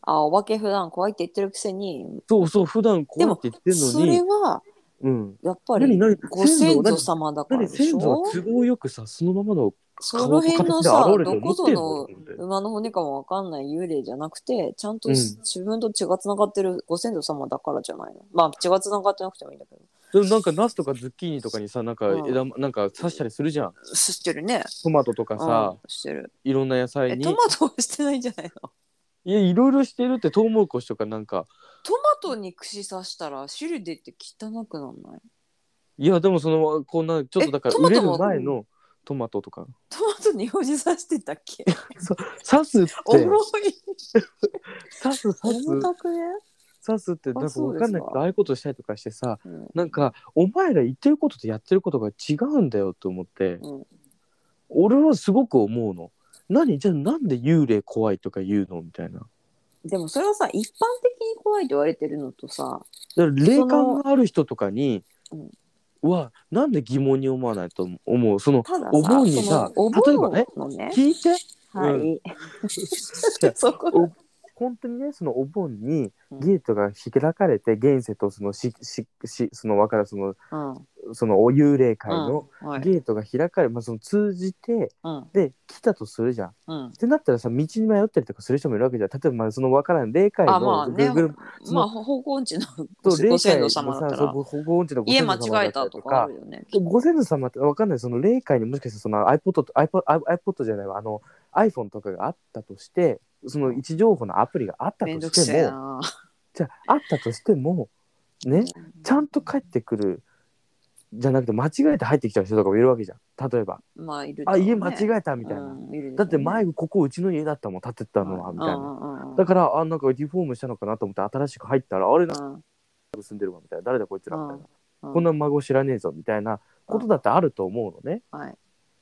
Speaker 2: あお化け普段怖いって言ってるくせに
Speaker 1: そうそう普段怖いって言ってん
Speaker 2: そ
Speaker 1: のに
Speaker 2: れは
Speaker 1: うん
Speaker 2: やっぱ
Speaker 1: 何
Speaker 2: り
Speaker 1: 何
Speaker 2: ご先
Speaker 1: 何
Speaker 2: 祖様だから
Speaker 1: 何
Speaker 2: でし
Speaker 1: 先祖
Speaker 2: ょ
Speaker 1: は都合よくさそのままの
Speaker 2: そ
Speaker 1: 顔
Speaker 2: の
Speaker 1: と
Speaker 2: 辺
Speaker 1: 形
Speaker 2: の
Speaker 1: で
Speaker 2: さ
Speaker 1: 現れて
Speaker 2: ど
Speaker 1: 思
Speaker 2: こ
Speaker 1: っ
Speaker 2: ぞ
Speaker 1: てん
Speaker 2: の
Speaker 1: の
Speaker 2: 馬の骨かもわかんない幽霊じゃなくてちゃんと
Speaker 1: うん
Speaker 2: 自分と血がつながってるご先祖様だからじゃないの、まあ血がつながってなくてもいいんだけど
Speaker 1: でもなんかナスとかズッキーニとかにさなんか
Speaker 2: うん
Speaker 1: 枝、なんか刺したりするじゃん
Speaker 2: 知ってるね
Speaker 1: トマトとかさ
Speaker 2: うん、してる
Speaker 1: いろんな野
Speaker 2: え
Speaker 1: 菜に
Speaker 2: トマトはしてないんじゃないの
Speaker 1: いやいろいろしてるってトウモロコシとかなんか
Speaker 2: トマトに串刺したら汁出て汚くなんない
Speaker 1: いやでもそのこんなちょっとだから
Speaker 2: えトマ
Speaker 1: 売
Speaker 2: ト
Speaker 1: れ
Speaker 2: も
Speaker 1: る前のトマトとか
Speaker 2: トマトに用事刺してたっけ
Speaker 1: 刺すって
Speaker 2: [LAUGHS] 重い
Speaker 1: 刺す刺す
Speaker 2: 重たくね、
Speaker 1: 刺すってなん
Speaker 2: あ
Speaker 1: か
Speaker 2: そう
Speaker 1: わ
Speaker 2: で
Speaker 1: かん
Speaker 2: すか
Speaker 1: ないけどああいうことしたりとかしてさ
Speaker 2: うん
Speaker 1: なんかお前ら言ってることとやってることが違うんだよと思って、
Speaker 2: うん
Speaker 1: 俺はすごく思うの何じゃあなんで幽霊怖いとか言うのみたいな
Speaker 2: でもそれはさ一般的に怖いと言われてるのとさ
Speaker 1: だから霊感がある人とかに
Speaker 2: うん
Speaker 1: はなんで疑問に思わないと思うその
Speaker 2: たださ
Speaker 1: お盆にさ
Speaker 2: そのお盆
Speaker 1: 例えばね
Speaker 2: のね
Speaker 1: 聞いて
Speaker 2: はい、
Speaker 1: う
Speaker 2: [LAUGHS] そこ
Speaker 1: お本当にねそのお盆に
Speaker 2: うん
Speaker 1: ゲートが開かれて、現世とそのしししそのわかるその
Speaker 2: うん
Speaker 1: そのお幽霊界の
Speaker 2: うんはい
Speaker 1: ゲートが開かれ、まあ、その通じて
Speaker 2: うん
Speaker 1: で来たとするじゃん。っ
Speaker 2: うん
Speaker 1: てなったらさ道に迷ったりとかする人もいるわけじゃん。例えばまあそのわからん霊界の
Speaker 2: あまあね
Speaker 1: Google そ
Speaker 2: ま
Speaker 1: の
Speaker 2: あ方向音痴の
Speaker 1: と霊界
Speaker 2: ご先
Speaker 1: の
Speaker 2: 祖
Speaker 1: さ
Speaker 2: 様だった
Speaker 1: そう
Speaker 2: ら
Speaker 1: ごごご存知のご
Speaker 2: 家
Speaker 1: 先
Speaker 2: 間
Speaker 1: 祖様だ
Speaker 2: 違
Speaker 1: っ
Speaker 2: え
Speaker 1: た
Speaker 2: た
Speaker 1: り
Speaker 2: と
Speaker 1: と
Speaker 2: かあ
Speaker 1: か
Speaker 2: るよね
Speaker 1: ご先祖様ってわかんないその霊界にもしかしてその iPod と iPod, iPod じゃないわあの iPhone とかがあったとしてその位置情報のアプリがあった
Speaker 2: めんど
Speaker 1: と
Speaker 2: く
Speaker 1: して
Speaker 2: せえ
Speaker 1: も
Speaker 2: な
Speaker 1: じゃああったとしてもねちゃんと帰ってくるじゃなくて間違えて入ってきちゃう人とかもいるわけじゃん例えば
Speaker 2: まあいる
Speaker 1: 「あ家間
Speaker 2: え
Speaker 1: 違えた」みたいな。だって前ここうちの家だったもん建てたのはみたいな。
Speaker 2: な
Speaker 1: だからあなんかリフォームしたのかなと思って新しく入ったらあれなんか住んでるわみたいな誰だこいつらみたいなこんな孫知らねえぞみたいなことだってあると思うのね
Speaker 2: はい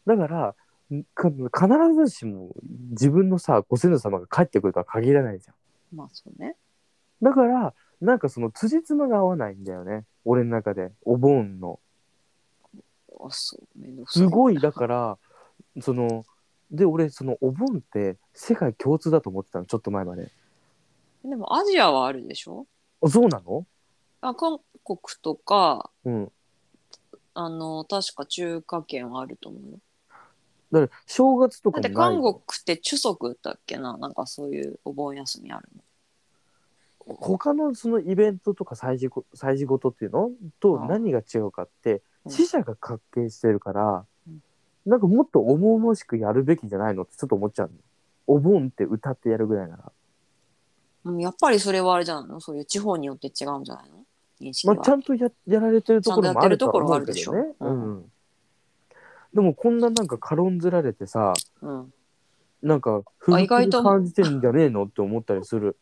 Speaker 1: だからんか必ずしも自分のさご先祖様が帰ってくるとは限らないじゃん
Speaker 2: まあそうね
Speaker 1: だからなんかその辻褄が合わないんだよね俺の中でお盆の
Speaker 2: あそうめんどくさ
Speaker 1: すごいだから [LAUGHS] そので俺そのお盆って世界共通だと思ってたのちょっと前まで
Speaker 2: でもアジアはあるでしょ
Speaker 1: あそうなの
Speaker 2: あ韓国とか
Speaker 1: うん
Speaker 2: あの確か中華圏はあると思うよ
Speaker 1: だから正月と
Speaker 2: だ
Speaker 1: か
Speaker 2: っ
Speaker 1: もな
Speaker 2: て
Speaker 1: い
Speaker 2: 韓国って中足だっけななんかそういうお盆休みある
Speaker 1: 他のそのイベントとか祭事ご祭事事っていうのと
Speaker 2: うん
Speaker 1: 何が違うかって、
Speaker 2: うん
Speaker 1: 死者が関係してるから、
Speaker 2: うん
Speaker 1: なんかもっと重々しくやるべきじゃないのってちょっと思っちゃうのお盆って歌ってやるぐらいなら、
Speaker 2: の、うん、やっぱりそれはあれじゃないのそういう地方によって違うんじゃないの認識
Speaker 1: ま
Speaker 2: は、
Speaker 1: あ、ちゃんとややられてるところもあるとは思うけ
Speaker 2: ち
Speaker 1: ど
Speaker 2: ゃんとやっ
Speaker 1: ね
Speaker 2: てると、こ
Speaker 1: う
Speaker 2: ろはあるでしょ
Speaker 1: んでもこんななんか軽んずられてさ
Speaker 2: うん、
Speaker 1: なんか
Speaker 2: あ
Speaker 1: 古
Speaker 2: 意外と
Speaker 1: く感じてんじゃねえのって思ったりす
Speaker 2: [LAUGHS]
Speaker 1: る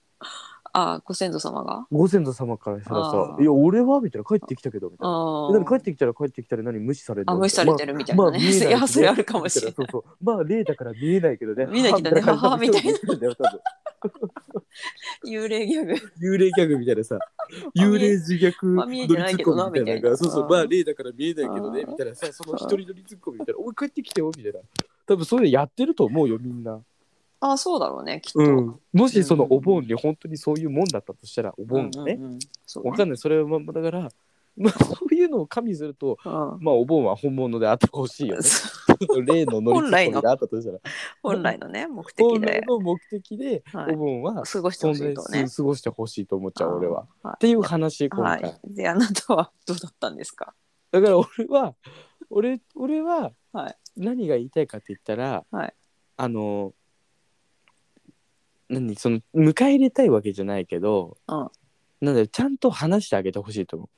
Speaker 2: あご先祖様が
Speaker 1: ご先祖様からしたらさ
Speaker 2: あ
Speaker 1: 「
Speaker 2: ー
Speaker 1: いや俺は?」みたいな「帰ってきたけど」みたいな。
Speaker 2: あ
Speaker 1: え何帰
Speaker 2: ー
Speaker 1: ってきたら帰ってきたら何無視されて
Speaker 2: あ無視されてるみたい
Speaker 1: まあ
Speaker 2: なね、
Speaker 1: 見えない
Speaker 2: いやそれあるかもしれない
Speaker 1: そうそうまあ霊だから見えないけどね。
Speaker 2: 見ないけどね
Speaker 1: はは
Speaker 2: ははみたいな
Speaker 1: 感じだよ多分
Speaker 2: 幽霊ギャグ
Speaker 1: 幽霊ギャグみたい [LAUGHS] なさ、
Speaker 2: 見え
Speaker 1: 幽霊自虐
Speaker 2: まあ見えてないけどな
Speaker 1: 乗りツッコミ
Speaker 2: みたいな
Speaker 1: そうそう
Speaker 2: あー
Speaker 1: まあ霊だから見えないけどね
Speaker 2: あー
Speaker 1: みたいなさ、その一人乗りツッコミみたいな、おい帰ってきてよみたいな。多分そういうのやってると思うよみんな。
Speaker 2: あそうだろうねきっと、
Speaker 1: うん。もしそのお盆に本当にそういうもんだったとしたらお盆がね
Speaker 2: う。んうんうんそうね
Speaker 1: わかんないそれはまあだから。 [LAUGHS] まあ、そういうのを加味すると、
Speaker 2: うん
Speaker 1: まあ、お盆は本物であってほしい [LAUGHS] よね。例の乗りツッコミがあったとしたら
Speaker 2: [LAUGHS] 本来のね目的
Speaker 1: 本来
Speaker 2: で、
Speaker 1: の目的で
Speaker 2: は
Speaker 1: お
Speaker 2: い、
Speaker 1: 盆は
Speaker 2: 過ごしてほ
Speaker 1: 存
Speaker 2: しい
Speaker 1: 在
Speaker 2: とね
Speaker 1: す過ごしてほしいと思っちゃう俺は。
Speaker 2: あーはい
Speaker 1: っていう話今
Speaker 2: は
Speaker 1: 回、
Speaker 2: いであなたはどうだったんですか
Speaker 1: だから俺は俺俺は
Speaker 2: はい
Speaker 1: 何が言いたいかって言ったら、
Speaker 2: はい
Speaker 1: あの何その迎え入れたいわけじゃないけど、
Speaker 2: うん
Speaker 1: なんだろうちゃんと話してあげてほしいと思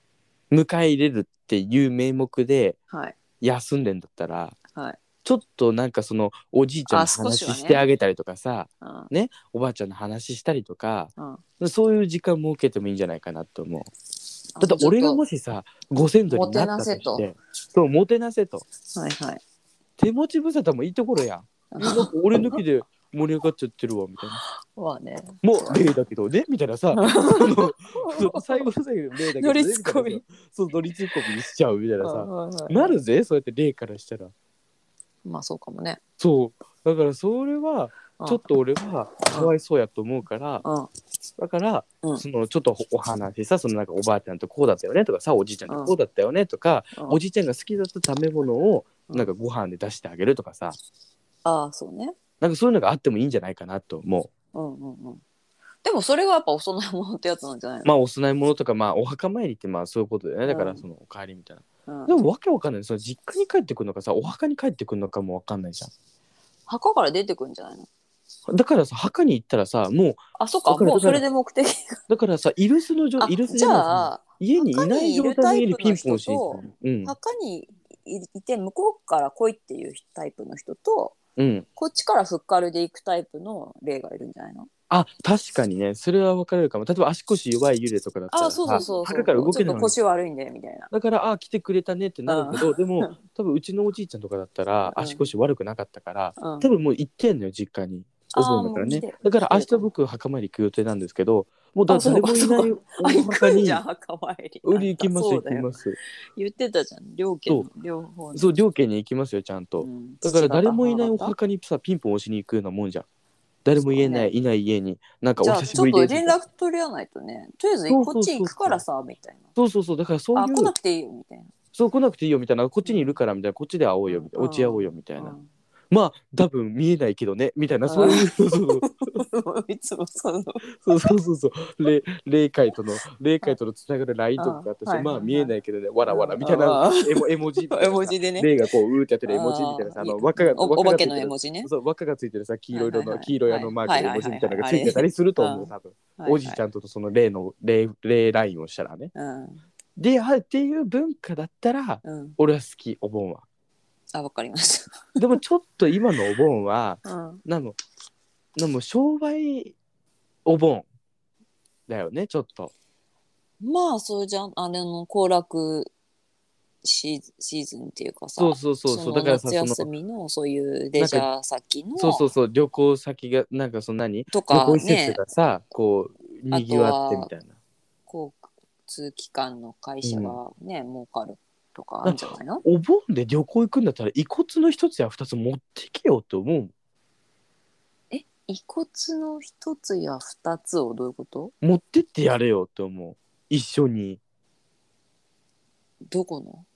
Speaker 1: う迎え入れるっていう名目で
Speaker 2: はい
Speaker 1: 休んでんだったら、
Speaker 2: はい
Speaker 1: ちょっとなんかそのおじいちゃんの
Speaker 2: あ少
Speaker 1: 話
Speaker 2: しはね
Speaker 1: してあげたりとかさ、
Speaker 2: うん
Speaker 1: おばあちゃんの話したりとか、
Speaker 2: うん
Speaker 1: そういう時間設けてもいいんじゃないかなと思う。だって俺がもしさご先祖になったとして
Speaker 2: もて
Speaker 1: そうもてなせと
Speaker 2: はいはい
Speaker 1: 手持ち無沙汰もいいところ [LAUGHS] やんなんか俺抜きで盛り上がっちゃってるわみたいな
Speaker 2: はね
Speaker 1: もう例だけどねみたいな [LAUGHS] さそのそう最後の最後の例だけどね
Speaker 2: ノリツッコミ
Speaker 1: みたいなそうノリツッコミにしちゃうみたいなさ
Speaker 2: はいはいはい
Speaker 1: なるぜそうやって例からしたら
Speaker 2: まあそうかもね
Speaker 1: そうだからそれは
Speaker 2: うん
Speaker 1: ちょっと俺はかわいそうやと思うから
Speaker 2: うん
Speaker 1: だから、
Speaker 2: うん
Speaker 1: そのちょっとお話さそのなんかおばあちゃんとこうだったよねとかさおじいちゃんとこうだったよねとか、
Speaker 2: うん
Speaker 1: おじいちゃんが好きだった食べ物を
Speaker 2: うん
Speaker 1: なんかご飯で出してあげるとかさ
Speaker 2: ああそうね
Speaker 1: なんかそういうのがあってもいいんじゃないかなと思
Speaker 2: うんうんうんでもそれはやっぱお供え物ってやつなんじゃないう
Speaker 1: まあお供え物とかまあお墓参りってまあそういうことだよねだか
Speaker 2: う
Speaker 1: ら
Speaker 2: ん
Speaker 1: そのお帰りみたいな、
Speaker 2: の、
Speaker 1: で
Speaker 2: うん、
Speaker 1: もわけわかんないその実家に帰ってくるのかさお墓に帰ってくるのかもわかんないじゃ
Speaker 2: 墓から出てくるんじゃないの
Speaker 1: んだからさ墓に行ったらさもう
Speaker 2: あそっか
Speaker 1: だから
Speaker 2: も
Speaker 1: だ
Speaker 2: う
Speaker 1: か
Speaker 2: そ
Speaker 1: ら
Speaker 2: れで目的
Speaker 1: だからさイルスの状
Speaker 2: あ
Speaker 1: イルス
Speaker 2: じ
Speaker 1: ゃない
Speaker 2: ゃあ
Speaker 1: 家にいない状態の家にピンポンしてい
Speaker 2: 墓にいる
Speaker 1: いうん
Speaker 2: 墓にいいて向こうから来いっていうタイプの人と
Speaker 1: うん
Speaker 2: こっちからフッカルで行くタイプの霊がいるんじゃないの
Speaker 1: あ確かにねそれは分かれるかも例えば足腰弱い幽霊とかだったら
Speaker 2: あそうそうそうそう
Speaker 1: 墓から動け
Speaker 2: ち
Speaker 1: な
Speaker 2: ょっ
Speaker 1: い
Speaker 2: と腰悪いんでみたいな
Speaker 1: だからあ来てくれたねってなるけどで
Speaker 2: [LAUGHS]
Speaker 1: も多分うちのおじいちゃんとかだったら
Speaker 2: うん
Speaker 1: 足腰悪くなかったから、
Speaker 2: うん
Speaker 1: 多分もう行ってんのよ実家にお
Speaker 2: あー
Speaker 1: 盆だからね
Speaker 2: もう来て
Speaker 1: だから明日僕墓参り行く予定なんですけどもうだ
Speaker 2: あそう
Speaker 1: 誰
Speaker 2: か
Speaker 1: もいないお
Speaker 2: あ行
Speaker 1: 墓
Speaker 2: くん
Speaker 1: に
Speaker 2: じゃん墓参り
Speaker 1: 売り行きます
Speaker 2: そ
Speaker 1: 行
Speaker 2: うだ
Speaker 1: き
Speaker 2: よ
Speaker 1: ます
Speaker 2: 言ってたじゃん両家の両方の
Speaker 1: そう両家に行きますよちゃんと、
Speaker 2: うん
Speaker 1: だから誰もいないお
Speaker 2: 父
Speaker 1: 墓
Speaker 2: 方母方
Speaker 1: にさピンポン押しに行くようなもんじゃん誰も言えない、いない家になんかお
Speaker 2: じゃあ
Speaker 1: 久し
Speaker 2: ち
Speaker 1: ぶ
Speaker 2: ょっ
Speaker 1: り
Speaker 2: と
Speaker 1: です
Speaker 2: 連絡取り合わないとねとりあえず
Speaker 1: そうそう
Speaker 2: こっち行くからさみたい
Speaker 1: そうそうそうだからそう
Speaker 2: なあ
Speaker 1: い
Speaker 2: 来な
Speaker 1: う
Speaker 2: くていいよみたいな
Speaker 1: そう来なくていいよみたいなこっちにいるからみたいなこっちで会おうよみたいな
Speaker 2: うん
Speaker 1: 落ち合おうよみたいな、
Speaker 2: うん
Speaker 1: まあ多分見えないけどねみたいな
Speaker 2: うん
Speaker 1: そういうそうそう
Speaker 2: [LAUGHS] いつもその
Speaker 1: そうそうそうそう霊霊界との霊界とのつながるラインとかがあったし、
Speaker 2: うんはい
Speaker 1: まあ見えないけどねわらわら
Speaker 2: うん
Speaker 1: みたいな [LAUGHS]
Speaker 2: うん
Speaker 1: 絵も絵文字みたいな
Speaker 2: 絵文字でね
Speaker 1: 霊がこううーってやってる絵文字みたいなさあの輪っかが
Speaker 2: お
Speaker 1: 輪っか
Speaker 2: お
Speaker 1: がつい
Speaker 2: 化け
Speaker 1: てる
Speaker 2: の絵文字ね
Speaker 1: そう輪っかがついてるさ黄色いの、
Speaker 2: はいはいはい
Speaker 1: 黄色いあのマークの絵文字みたいなのがついてたりすると思う多分、おじいち
Speaker 2: ゃん
Speaker 1: ゃんととその霊の霊霊ラインをしたらね
Speaker 2: うん
Speaker 1: であっていう文化だったら
Speaker 2: うん、
Speaker 1: 俺は好きお盆は
Speaker 2: あ、わかりまし
Speaker 1: でもちょっと今のお盆は
Speaker 2: た。うん、
Speaker 1: なの、なの商売お盆だよね、ちょっと。
Speaker 2: まあ、そうじゃん、あれの行楽シーズンシーズンっていうかさ。
Speaker 1: そうそうそうそう、
Speaker 2: の
Speaker 1: だからさ、
Speaker 2: 夏
Speaker 1: その、
Speaker 2: 休みのそういうレジャー先の
Speaker 1: そうそうそう、旅行先が、なんかそんなに、
Speaker 2: と
Speaker 1: 旅
Speaker 2: か
Speaker 1: 行施設
Speaker 2: ね、
Speaker 1: がさ、こう、
Speaker 2: あとは
Speaker 1: にぎわってみたいな。
Speaker 2: 交通機関の会社がね、儲かるとかあるんじゃないの
Speaker 1: お盆で旅行行くんだったら、遺骨の一つや二つ持ってけよって思う。
Speaker 2: 遺骨の一つや二つをどういうこと
Speaker 1: 持ってってやれよって思う。一緒に。
Speaker 2: どこの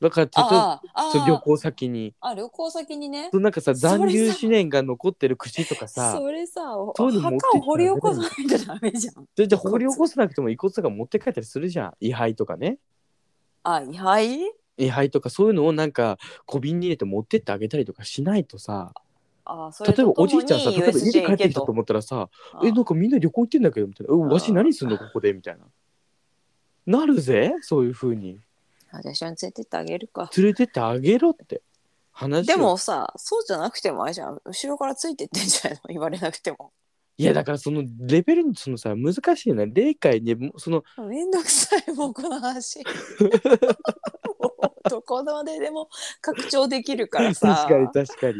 Speaker 1: だから、例えば、
Speaker 2: ああ、あ
Speaker 1: その旅
Speaker 2: あ、
Speaker 1: 行先に。
Speaker 2: あ旅行先にね
Speaker 1: そ。のなんかさ、
Speaker 2: それさ
Speaker 1: 残留思念が残ってる串とかさ、
Speaker 2: それさ、お
Speaker 1: そういうの持ってった
Speaker 2: 墓を
Speaker 1: ら
Speaker 2: 掘り起こさないとダメじゃん。
Speaker 1: じゃじゃあ掘り起こさなくても遺骨とか持って帰ったりするじゃん。位牌とかね。
Speaker 2: あ、遺灰
Speaker 1: 位牌とかそういうのをなんか小瓶に入れて持ってってあげたりとかしないとさ
Speaker 2: あそれ
Speaker 1: 例
Speaker 2: と
Speaker 1: えばおじいちゃんさ
Speaker 2: とも
Speaker 1: 例え
Speaker 2: に
Speaker 1: ば家で
Speaker 2: USJ
Speaker 1: 帰ってきた
Speaker 2: 行
Speaker 1: と思ったらさ「
Speaker 2: けと
Speaker 1: えなんかみんな旅行行ってんだけど」みたいな「うんわし
Speaker 2: あ
Speaker 1: 何すんのここで」みたいな。なるぜそういうふうに
Speaker 2: あじゃあ一緒に連れてってあげるか
Speaker 1: 連れてってあげろって話よ
Speaker 2: でもさそうじゃなくてもあれじゃん後ろからついてってんじゃないの言われなくても
Speaker 1: いやだからそのレベルのそのさ難しいよね霊界にもその
Speaker 2: めんどくさいもうこ
Speaker 1: [LAUGHS]
Speaker 2: の話もうどこまででも拡張できるから
Speaker 1: [LAUGHS] 確
Speaker 2: さ
Speaker 1: かに確かに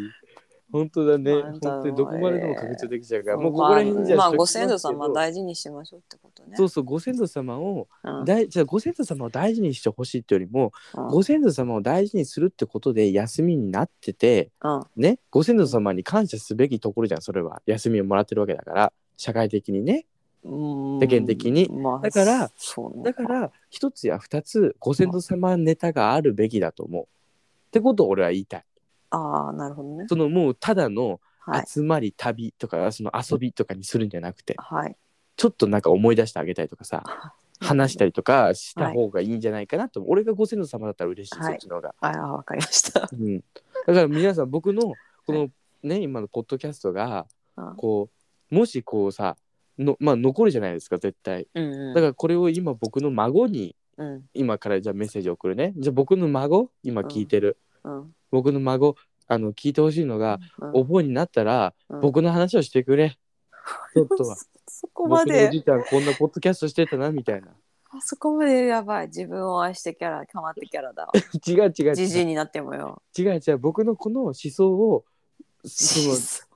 Speaker 1: 本当だね
Speaker 2: な
Speaker 1: 本
Speaker 2: んだろう
Speaker 1: 当にどこまででも確実できちゃうからもうこ
Speaker 2: ま
Speaker 1: こ
Speaker 2: あ
Speaker 1: ら辺じゃ
Speaker 2: まあ
Speaker 1: しとき
Speaker 2: ご
Speaker 1: ますけ
Speaker 2: 先
Speaker 1: ど
Speaker 2: 祖様大事にしましょうってことね
Speaker 1: そうそうご先祖様を
Speaker 2: うんうん
Speaker 1: だいじゃあご先祖様を大事にしてほしいってよりも、ご先祖様を大事にするってことで休みになってて
Speaker 2: うん
Speaker 1: ねご先祖様に感謝すべきところじゃんそれは休みをもらってるわけだから社会的にね
Speaker 2: うん
Speaker 1: 世間的に
Speaker 2: まあ
Speaker 1: だから
Speaker 2: そうね
Speaker 1: だから一つや二つご先祖様ネタがあるべきだと思うってことを俺は言いたい
Speaker 2: ああなるほどね
Speaker 1: そのもうただの
Speaker 2: はい
Speaker 1: 集まり旅とか、その遊びとかにするんじゃなくて
Speaker 2: はい [LAUGHS]
Speaker 1: ちょっとなんか思い出してあげたりとかさ話したりとかした方がいいんじゃないかなと、俺がご先祖様だったら嬉しい、
Speaker 2: はい
Speaker 1: そっちの方が、
Speaker 2: ああわかりました。
Speaker 1: うん、 [LAUGHS] だから皆さん僕のこの、
Speaker 2: は
Speaker 1: ね今のポッドキャストが
Speaker 2: うん
Speaker 1: こうもしこうさのまあ残るじゃないですか絶対
Speaker 2: うんうん。
Speaker 1: だからこれを今僕の孫に
Speaker 2: うん
Speaker 1: 今からじゃあメッセージ送るねじゃあ僕の孫今聞いてる、
Speaker 2: うん
Speaker 1: 僕の孫あの聞いてほしいのが、
Speaker 2: うん
Speaker 1: お盆になったら、
Speaker 2: うん
Speaker 1: 僕の話をしてく
Speaker 2: [LAUGHS]
Speaker 1: れちょっとは
Speaker 2: そこ
Speaker 1: 僕
Speaker 2: ま
Speaker 1: のお
Speaker 2: で
Speaker 1: じいちゃんこんなポッドキャストしてたなみたいな
Speaker 2: あそこまでやばい自分を愛してキャラかまってキャ
Speaker 1: [LAUGHS]
Speaker 2: ラだわ
Speaker 1: 違う違う違う
Speaker 2: じじいになってもよ
Speaker 1: 違う違う僕のこの思想をその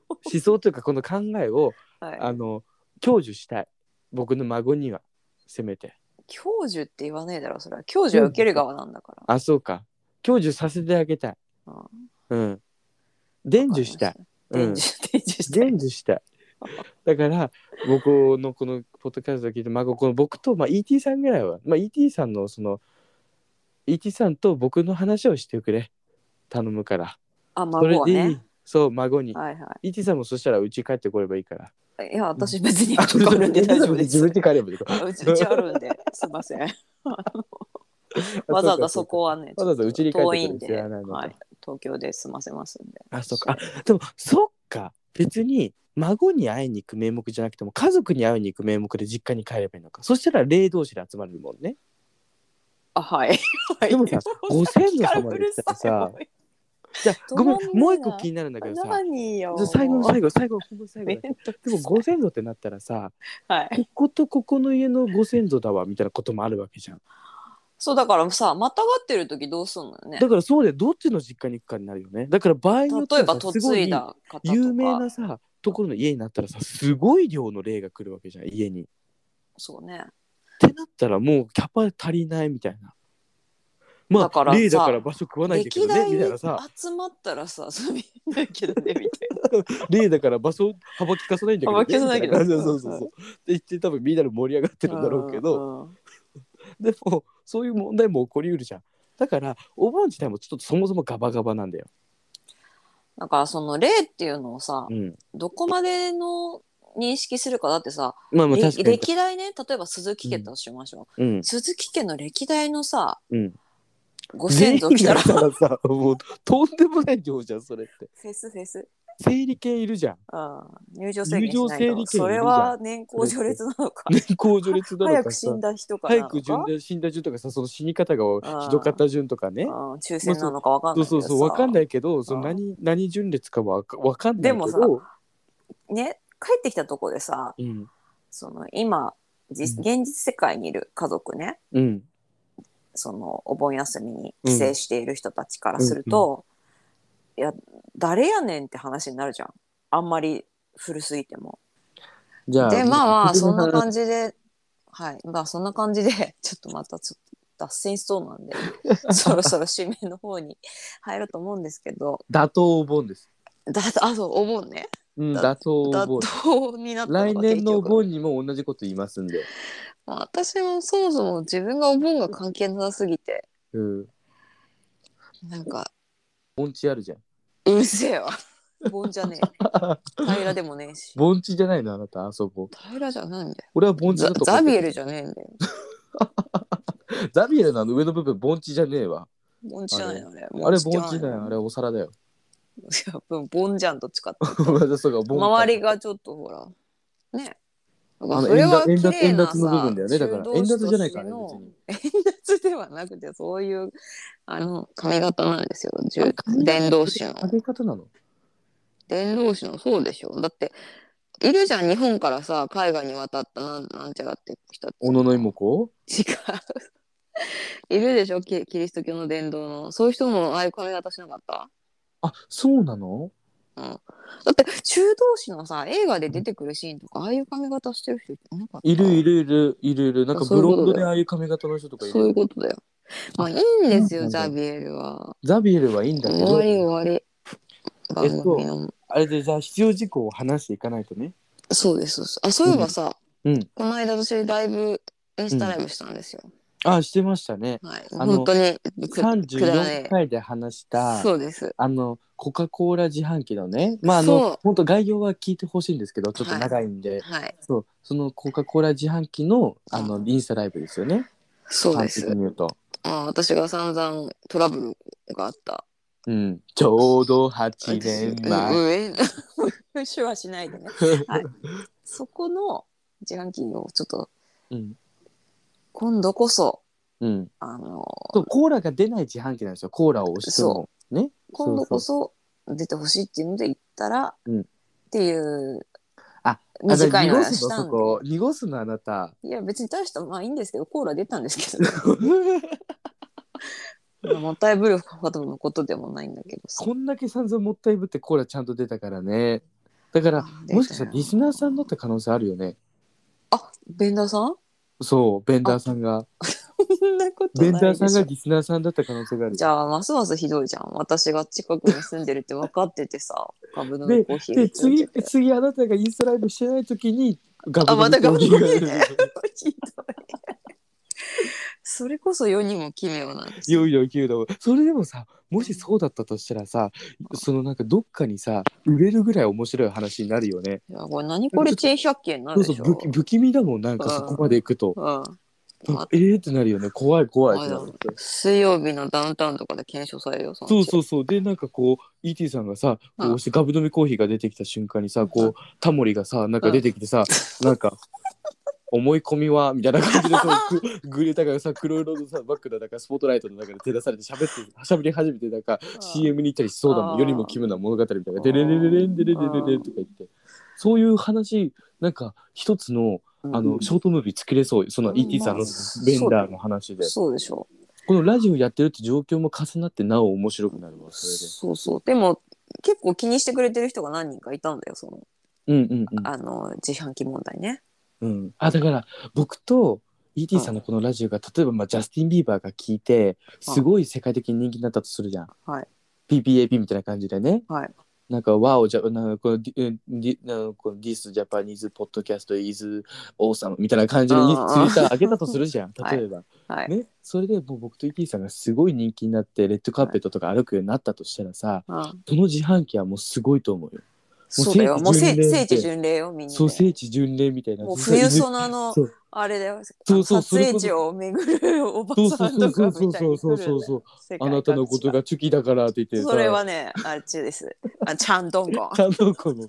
Speaker 1: 思想というかこの考えを
Speaker 2: はい
Speaker 1: あの享受したい僕の孫にはせめて
Speaker 2: 教授って言わねえだろそれは教授は受ける側なんだから
Speaker 1: あそうか享受させてあげたい
Speaker 2: あ
Speaker 1: うん伝授したいうん
Speaker 2: 伝授伝授したい
Speaker 1: 伝授したいだから僕のこのポッドキャストを聞いて孫この僕と、まあ、ET さんぐらいは、まあ、ET さんのその ET さんと僕の話をしてくれ頼むから
Speaker 2: あ
Speaker 1: それ
Speaker 2: 孫は
Speaker 1: でいい、
Speaker 2: ね
Speaker 1: そう孫に、
Speaker 2: はい
Speaker 1: ET さんもそしたらうち帰ってこればいいから
Speaker 2: [LAUGHS] はいいや私別に許可あるんで大丈夫です
Speaker 1: [LAUGHS] 自分で帰ればいいから
Speaker 2: あうちうちあるんですいませんわざわざそこはね
Speaker 1: わざわざうちに帰ってく
Speaker 2: 遠
Speaker 1: る
Speaker 2: いん
Speaker 1: 必
Speaker 2: で、
Speaker 1: 要はないのか
Speaker 2: はい、東京で済ませますんで
Speaker 1: あそっかあでもそっか別に孫に会いに行く名目じゃなくても家族に会いに行く名目で実家に帰ればいいのかそしたら霊同士で集まるもんね
Speaker 2: あはい
Speaker 1: でもさご先祖様で言ったらさじゃあごめん
Speaker 2: どんな
Speaker 1: もう一個気になるんだけどさ
Speaker 2: 何よ
Speaker 1: じゃあ最後の最後最後ほんと最後
Speaker 2: めん
Speaker 1: だけ
Speaker 2: どくさい
Speaker 1: どでもご先祖ってなったらさ
Speaker 2: はい、
Speaker 1: こことここの家のご先祖だわみたいなこともあるわけじゃん
Speaker 2: そうだからさまたがってる時どうすんのよね
Speaker 1: だからそうでどっちの実家に行くかになるよねだから場合によって
Speaker 2: 例え
Speaker 1: は
Speaker 2: ば
Speaker 1: さすご
Speaker 2: 嫁い
Speaker 1: い
Speaker 2: だ方とか
Speaker 1: 有名なさところの家になったらさすごい量の霊が来るわけじゃん家に。
Speaker 2: そうね
Speaker 1: ってなったらもうキャパ足りないみたいな。まあ
Speaker 2: だからさ
Speaker 1: 例だから場所食わないんだけ
Speaker 2: 歴
Speaker 1: どね
Speaker 2: 代
Speaker 1: み
Speaker 2: に
Speaker 1: たいなさ
Speaker 2: 集まったらさそうみんなけどね
Speaker 1: [LAUGHS]
Speaker 2: みたい
Speaker 1: 例だから場所幅利かさないんだけど、ね、
Speaker 2: 幅利かさないけど
Speaker 1: みたな [LAUGHS] そうそうそうそう。って言って多分みんなで盛り上がって
Speaker 2: な
Speaker 1: るんだろうけど、
Speaker 2: うんうん
Speaker 1: でもそういう問題も起こりうるじゃん。だからお盆自体もちょっとそもそもガバガバなんだよ。
Speaker 2: だからその霊っていうのをさ
Speaker 1: うん、
Speaker 2: どこまでの認識するかだってさ、
Speaker 1: まあまあ
Speaker 2: れ
Speaker 1: 確かに。
Speaker 2: 歴代ね例えば鈴木家としましょう、
Speaker 1: うん
Speaker 2: 鈴木家の歴代のさ
Speaker 1: うん、
Speaker 2: ご先祖
Speaker 1: [LAUGHS]
Speaker 2: 来たらフ
Speaker 1: 全員が来たらさもうとんでもない量じゃんそれって。
Speaker 2: ェスフェス
Speaker 1: 整理券いるじゃん。
Speaker 2: ああ入場制限し
Speaker 1: 入
Speaker 2: な
Speaker 1: 場
Speaker 2: い
Speaker 1: 制限いる
Speaker 2: と
Speaker 1: じゃん
Speaker 2: それは年功序列な
Speaker 1: [LAUGHS]
Speaker 2: のか
Speaker 1: 年功序列なの
Speaker 2: 早
Speaker 1: か
Speaker 2: く死
Speaker 1: さ
Speaker 2: んだ人かな
Speaker 1: 早
Speaker 2: の
Speaker 1: く
Speaker 2: か
Speaker 1: 死んだ死んだ順とかさその死に方がひどかった順とかね
Speaker 2: ああ抽選なのかわかん
Speaker 1: そ
Speaker 2: な
Speaker 1: う
Speaker 2: いけ
Speaker 1: そ
Speaker 2: ど
Speaker 1: う
Speaker 2: さ
Speaker 1: そうわかんないけどそ
Speaker 2: うん
Speaker 1: の何何順列かわかわかんないけど
Speaker 2: でもさね帰ってきたとこでさ
Speaker 1: うん
Speaker 2: その今実現実世界にいる家族ね
Speaker 1: うん
Speaker 2: そのお盆休みに帰省している人たちからすると、いや誰やねんって話になるじゃんあんまり古すぎても。
Speaker 1: じゃあ
Speaker 2: でまあまあそんな
Speaker 1: じ
Speaker 2: 感じ [LAUGHS] ではいまあそんな感じでちょっとまたちょっと脱線しそうなんで [LAUGHS] そろそろ締めの方に入ろうと思うんですけど
Speaker 1: 打倒お盆です
Speaker 2: だあそうお盆ね
Speaker 1: うん
Speaker 2: だ
Speaker 1: 打倒お
Speaker 2: 妥
Speaker 1: 盆
Speaker 2: 当になったの
Speaker 1: 来
Speaker 2: か
Speaker 1: 年のお
Speaker 2: 結局
Speaker 1: 盆にも同じこと言いますんで
Speaker 2: まあ、私もそもそも自分がお盆が関係なさすぎて
Speaker 1: うん
Speaker 2: なんか
Speaker 1: 盆地あるじゃん
Speaker 2: うるせ
Speaker 1: [LAUGHS]
Speaker 2: えわ盆じゃ [LAUGHS] ねえ平らでもねえし
Speaker 1: 盆地じゃないのあなたあそこ
Speaker 2: 平らじゃないんだよ
Speaker 1: 俺は盆地
Speaker 2: ザ
Speaker 1: だと
Speaker 2: ザビエル
Speaker 1: じ
Speaker 2: じゃねえんだよ
Speaker 1: ゃザビエルのあの上の部分盆地じゃねえわ
Speaker 2: 盆地じゃないのあれ
Speaker 1: あれ
Speaker 2: じゃ
Speaker 1: 盆
Speaker 2: ない
Speaker 1: 地だよあれお皿だよ
Speaker 2: [LAUGHS]
Speaker 1: [LAUGHS]
Speaker 2: いやうん盆じゃんどっちかって
Speaker 1: そうか盆
Speaker 2: 周りがちょっとほらね
Speaker 1: あの
Speaker 2: それは
Speaker 1: 円
Speaker 2: 綺
Speaker 1: 奪
Speaker 2: 麗
Speaker 1: 円
Speaker 2: な
Speaker 1: 奪
Speaker 2: さ
Speaker 1: の部分だよねだから
Speaker 2: 修道士
Speaker 1: 円奪じゃないからね
Speaker 2: として
Speaker 1: 別に
Speaker 2: の [LAUGHS] 円奪ではなくてそういうあの髪型なんですよ
Speaker 1: あ
Speaker 2: 住
Speaker 1: 髪型
Speaker 2: 伝道師の
Speaker 1: 上げ方なの
Speaker 2: 伝道師のそうでしょだっているじゃん日本からさ海外に渡ったなんなんちゃらって人たち
Speaker 1: 小野の妹子
Speaker 2: 違ういるでしょキキリスト教の伝道のそういう人もああいう髪型しなかった
Speaker 1: あそうなの
Speaker 2: だって修道士のさ映画で出てくるシーンとかああいう髪型してる人いなかった
Speaker 1: いるいるいるいるいるなんか
Speaker 2: そうい
Speaker 1: ブ
Speaker 2: うこと
Speaker 1: ロンド
Speaker 2: だ
Speaker 1: で
Speaker 2: よ
Speaker 1: ああいう髪型の人とかい
Speaker 2: そうい
Speaker 1: る
Speaker 2: うことだよ。まあいいんです
Speaker 1: う
Speaker 2: よ、
Speaker 1: ん
Speaker 2: ザビエルは。
Speaker 1: ザビエルはいいんだけ
Speaker 2: 終わり終
Speaker 1: ど
Speaker 2: わり。
Speaker 1: えっ
Speaker 2: 番
Speaker 1: と
Speaker 2: 組の。
Speaker 1: あれでじゃあ必要事項を話していかないとね
Speaker 2: そうです、そうです。あ、そういえばさ、
Speaker 1: うん
Speaker 2: この間私ライブ、インスタライブしたんですよ。
Speaker 1: あ、してましたね。
Speaker 2: はい、
Speaker 1: あの
Speaker 2: 本当にくくだらね
Speaker 1: 34回で話した、
Speaker 2: そうです。
Speaker 1: あの、コカ・コーラ自販機のね、まあ、あ
Speaker 2: そう
Speaker 1: の、本当概要は聞いてほしいんですけど、ちょっと長いんで、
Speaker 2: はい、
Speaker 1: そう、そのコカ・コーラ自販機の、あの、インスタライブですよね。
Speaker 2: そうです
Speaker 1: 端的。に言うと。
Speaker 2: あ私が散々トラブルがあった。
Speaker 1: うん、ちょうど8年
Speaker 3: [LAUGHS]
Speaker 1: 前。
Speaker 2: うんうん
Speaker 3: 手話しないでね。はい、そこの自販機をちょっと
Speaker 1: うん。
Speaker 3: 今度こそ
Speaker 1: うん。
Speaker 3: あの
Speaker 1: そうコーラが出ない自販機なんですよ。コーラを押しても。ね。
Speaker 3: 今度こ
Speaker 1: そう
Speaker 3: そ出てほしいっていうので行ったら、
Speaker 1: うん
Speaker 3: っていう
Speaker 1: あ
Speaker 3: 短いの
Speaker 1: あ
Speaker 3: は
Speaker 1: 濁す
Speaker 3: し
Speaker 1: の
Speaker 3: た
Speaker 1: そ
Speaker 3: んで
Speaker 1: こ。濁すのあな
Speaker 2: [LAUGHS]
Speaker 1: た。
Speaker 3: いや別に大したまあいいんですけどコーラ出たんですけ
Speaker 1: [LAUGHS]
Speaker 3: ど、まあもったいぶるほどのことでもないんだけどさ
Speaker 1: こんだけ散々もったいぶってコーラちゃんと出たからね。だから、もしかしたらリスナーさんだった可能性あるよね。
Speaker 3: あベンダーさん
Speaker 1: そう、ベンダーさんが。
Speaker 3: そんなこと
Speaker 1: ベン
Speaker 3: ないでし
Speaker 1: ダ
Speaker 3: ょ
Speaker 1: ーさんがリスナーさんだった可能性がある
Speaker 3: じ。ゃあますますひどいじゃん私が近くに住んでるって分かってて
Speaker 1: [LAUGHS]
Speaker 3: さ株の
Speaker 1: で
Speaker 3: コーヒー
Speaker 1: で、
Speaker 2: [LAUGHS]
Speaker 1: 次、
Speaker 3: ひ
Speaker 1: 次あなたがインスタライブしてないときに、ガ
Speaker 2: あまたガブガブ
Speaker 1: ブが
Speaker 3: どい
Speaker 2: それこそ世にも奇妙なんです
Speaker 1: い [LAUGHS] よいよ9度それでもさもしそうだったとしたらさそのなんかどっかにさ売れるぐらい面白い話になるよね
Speaker 2: いやこれ何これ珍百景にな
Speaker 1: そ
Speaker 2: る
Speaker 1: う
Speaker 2: で
Speaker 1: そう
Speaker 2: しょ。
Speaker 1: 不気不気味だもんなんかそこまで行くと、
Speaker 2: うんうん
Speaker 1: えーってなるよね怖い怖いってな
Speaker 2: う
Speaker 1: る
Speaker 2: ん水曜日のダウンタウンとかで検証されるよ。そ。
Speaker 1: そうそううそうでなんかこう ET さんがさこう
Speaker 2: うん
Speaker 1: 押してガブ飲みコーヒーが出てきた瞬間にさこうタモリがさなんか出てきてさ、なんか思い込みはみたいな感じでこうググレタがさ黒色のさバックの中スポットライトの中で照らされて喋って喋り始めてなんか CM に行ったりしそうだも
Speaker 3: あ
Speaker 1: ん
Speaker 3: ー
Speaker 1: よりも奇妙な物語みたいな「デレレレレンデレレレレン」とか言ってそういう話なんか一つのあのショートムービー作れそうその ET さんのベンダーの話で
Speaker 3: そうでしょ
Speaker 1: このラジオやってるって状況も重なってなお面白くなるわそれ
Speaker 3: そうそう
Speaker 2: でも結構気にしてくれてる人が何人かいたんだよ。その
Speaker 1: で。うんうんうん
Speaker 2: あの自販機問題ね。
Speaker 1: うん、あだから僕と ET さんのこのラジオが例えばまあジャスティン・ビーバーが聞いてすごい世界的に人気になったとするじゃん。
Speaker 2: はい
Speaker 1: PPAP みたいな感じでね。
Speaker 2: はい
Speaker 1: なんか「わおじゃなんかこのディディなんかこの This Japanese Podcast is awesome」みたいな感じで
Speaker 2: う
Speaker 1: ツ
Speaker 2: ん
Speaker 1: イ
Speaker 2: うん
Speaker 1: ッター上げたとする [LAUGHS] じゃん
Speaker 2: はい
Speaker 1: 例えば。
Speaker 2: はい
Speaker 1: ね、それでもう僕と ET さんがすごい人気になってレッドカーペットとか歩くようになったとしたらさ
Speaker 2: うん。
Speaker 1: その自販機はもうすごいと思うよ。
Speaker 2: そうだよ。もう
Speaker 1: 聖
Speaker 2: 聖
Speaker 1: 地巡礼
Speaker 2: 聖地巡礼よみんなで。
Speaker 1: そう聖地巡礼みたいな。
Speaker 2: もう富裕層
Speaker 1: の
Speaker 2: のあのあれだよ。
Speaker 1: そうそう
Speaker 2: あの撮影地を巡るおば
Speaker 1: そうそ
Speaker 2: さ
Speaker 1: うん
Speaker 2: とか
Speaker 1: そう
Speaker 2: みたい
Speaker 1: そう
Speaker 2: に来
Speaker 1: そう
Speaker 2: る
Speaker 1: そうそうそう。
Speaker 2: 世界各地
Speaker 1: あなたのことがチュキだからって言ってさ。
Speaker 2: それはねあっちです。あちゃんど
Speaker 1: [LAUGHS]
Speaker 2: んこ。
Speaker 1: ちゃんとこの。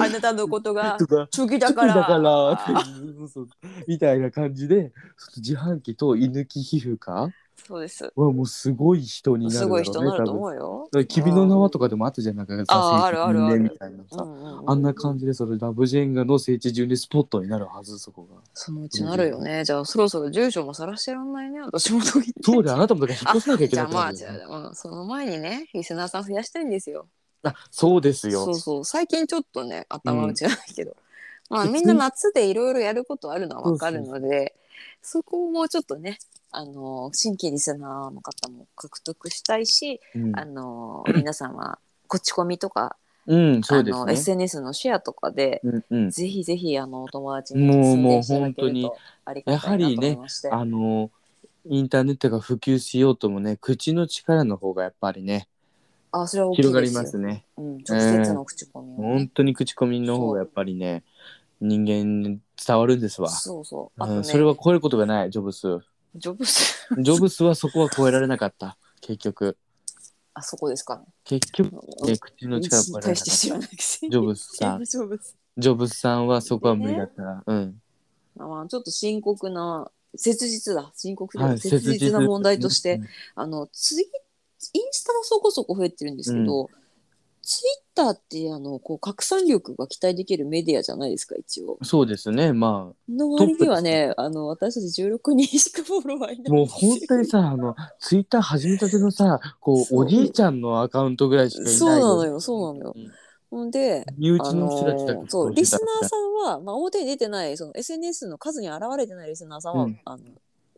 Speaker 2: あなたのことが
Speaker 1: とか。
Speaker 2: チョキ
Speaker 1: チュ
Speaker 2: だ
Speaker 1: キだ
Speaker 2: から。
Speaker 1: からってそうそうみたいな感じで自販機と居抜き皮膚科
Speaker 2: [LAUGHS] そうです。
Speaker 1: はもうすごい人になるだ
Speaker 2: す
Speaker 1: ろう
Speaker 2: ご
Speaker 1: ね
Speaker 2: い人になると
Speaker 1: 多分
Speaker 2: 思うよ。
Speaker 1: だから君の名はとかでもあったじゃんなんかさ
Speaker 2: あーあ
Speaker 1: 聖地
Speaker 2: るあるある
Speaker 1: 巡礼みたいな
Speaker 2: う
Speaker 1: さ
Speaker 2: んうんうん
Speaker 1: あんな感じでそれラブジェンガの聖地巡礼スポットになるはずそこが
Speaker 2: そのうちなるよね。じゃあそろそろ住所も晒してらんないね。私も時々
Speaker 1: そうであなたもだから引っ越さなきゃいけ
Speaker 2: [LAUGHS] じ
Speaker 1: な
Speaker 2: ゃ
Speaker 1: い
Speaker 2: あまあじゃあ、まあ、その前にねリスナーさん増やしたいんですよ。
Speaker 1: あそうですよ
Speaker 2: そうそう最近ちょっとね頭打ちじゃないけど、
Speaker 1: [LAUGHS]
Speaker 2: まあみんな夏でいろいろやることあるのはわかるのでそこをもうちょっとねあの新規リスナーの方も獲得したいし、
Speaker 1: うん
Speaker 2: あの皆さんは口コミとか、
Speaker 1: うんそうで
Speaker 2: あ
Speaker 1: す
Speaker 2: の
Speaker 1: ね
Speaker 2: SNS のシェアとかで、
Speaker 1: うんうん
Speaker 2: ぜひぜひあのお友達に
Speaker 1: もう
Speaker 2: 宣
Speaker 1: もう
Speaker 2: 伝していた
Speaker 1: 本
Speaker 2: だけ
Speaker 1: 当
Speaker 2: る
Speaker 1: に
Speaker 2: とありがたいなと思いまして。
Speaker 1: あのインターネットが普及しようともね口の力の方がやっぱりね
Speaker 2: あ、それは大きいです
Speaker 1: 広がりますね
Speaker 2: うん、直接の口コミをね、
Speaker 1: 本当に口コミの方がやっぱりね人間に伝わるんですわ、
Speaker 2: そうそう。あと
Speaker 1: う
Speaker 2: ね、
Speaker 1: ん、それは超えることがないジョブス
Speaker 2: ジョブス、
Speaker 1: ジョブスはそこは超えられなかった結局
Speaker 2: あそこですかね。
Speaker 1: 結局、 [LAUGHS] ね、口の力を超えられな
Speaker 2: 大
Speaker 1: か
Speaker 2: し
Speaker 1: った
Speaker 2: て
Speaker 1: ジ
Speaker 2: 知らないくせに。
Speaker 1: ョブスさん
Speaker 2: ジョブス。
Speaker 1: ジョブスさんはそこは無理だったら、うん
Speaker 2: まあ、ちょっと深刻な、切実だ。深刻だ、
Speaker 1: はい
Speaker 2: 切実な問題として、
Speaker 1: うん
Speaker 2: あの、ツイ、インスタもそこそこ増えてるんですけど、ツイッターってあのこう拡散力が期待できるメディアじゃないですか一応。
Speaker 1: そうですねま
Speaker 2: の
Speaker 1: トップ
Speaker 2: 割にはねあの私たち16人しかフォロワーいないんです
Speaker 1: あ
Speaker 2: よ
Speaker 1: もう本当に
Speaker 2: [LAUGHS]
Speaker 1: さあのツイッター始めたてのさこう
Speaker 2: そう
Speaker 1: おじいちゃんのアカウントぐらいしかいない
Speaker 2: そうなのよそうなのよ
Speaker 1: うん
Speaker 2: ほんで、
Speaker 1: 身内
Speaker 2: あ
Speaker 1: の
Speaker 2: の
Speaker 1: 人たちだけ
Speaker 2: ーそうリスナーさんは、まあ、表に出てないその SNS の数に現れてないリスナーさんは、
Speaker 1: うん
Speaker 2: あの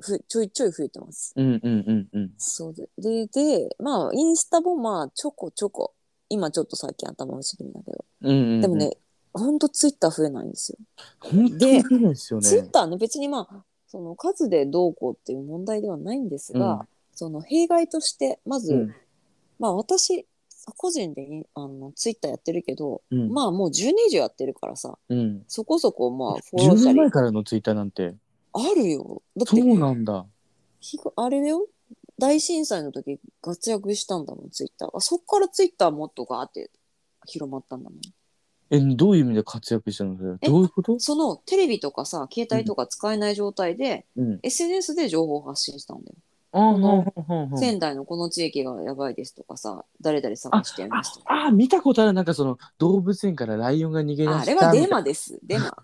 Speaker 2: ふちょいちょい増えてます。
Speaker 1: ん。うんうんうんうん。
Speaker 2: そうでででまあインスタもまあちょこちょこ今ちょっと最近頭打ち気味だけど
Speaker 1: うんうんうん、
Speaker 2: でもね、ほんとツイッター増えないんですよ。
Speaker 1: 本当にそうなんですよね。
Speaker 2: ツイッターね別にまあその数でどうこうっていう問題ではないんですが、その弊害としてまず、
Speaker 1: うん
Speaker 2: まあ私個人でいあのツイッターやってるけど、
Speaker 1: うん
Speaker 2: まあもう10年以上やってるからさ
Speaker 1: うん
Speaker 2: そこそこまあフォロ
Speaker 1: 10
Speaker 2: ーした
Speaker 1: 年
Speaker 2: り
Speaker 1: 前からのツイッターなんて
Speaker 2: あるよだっ
Speaker 1: そ
Speaker 2: て
Speaker 1: うなんだ
Speaker 2: ひがあれだよ大震災の時活躍したんだもんツイッターがそっからツイッターもっとガーって広まったんだもん
Speaker 1: えどういう意味で活躍したのそれは
Speaker 2: え
Speaker 1: どういうこと
Speaker 2: そのテレビとかさ携帯とか使えない状態で、
Speaker 1: うん
Speaker 2: SNS で情報を発信したんだよ、
Speaker 1: あーほ
Speaker 2: の
Speaker 1: んほんほんほん
Speaker 2: 仙台のこの地域がやばいですとかさ誰々探してみ
Speaker 1: あ
Speaker 2: ますとか
Speaker 1: あー見たことあるなんかその動物園からライオンが逃げ出した
Speaker 2: ああれはデ
Speaker 1: みたいな
Speaker 2: マですデマ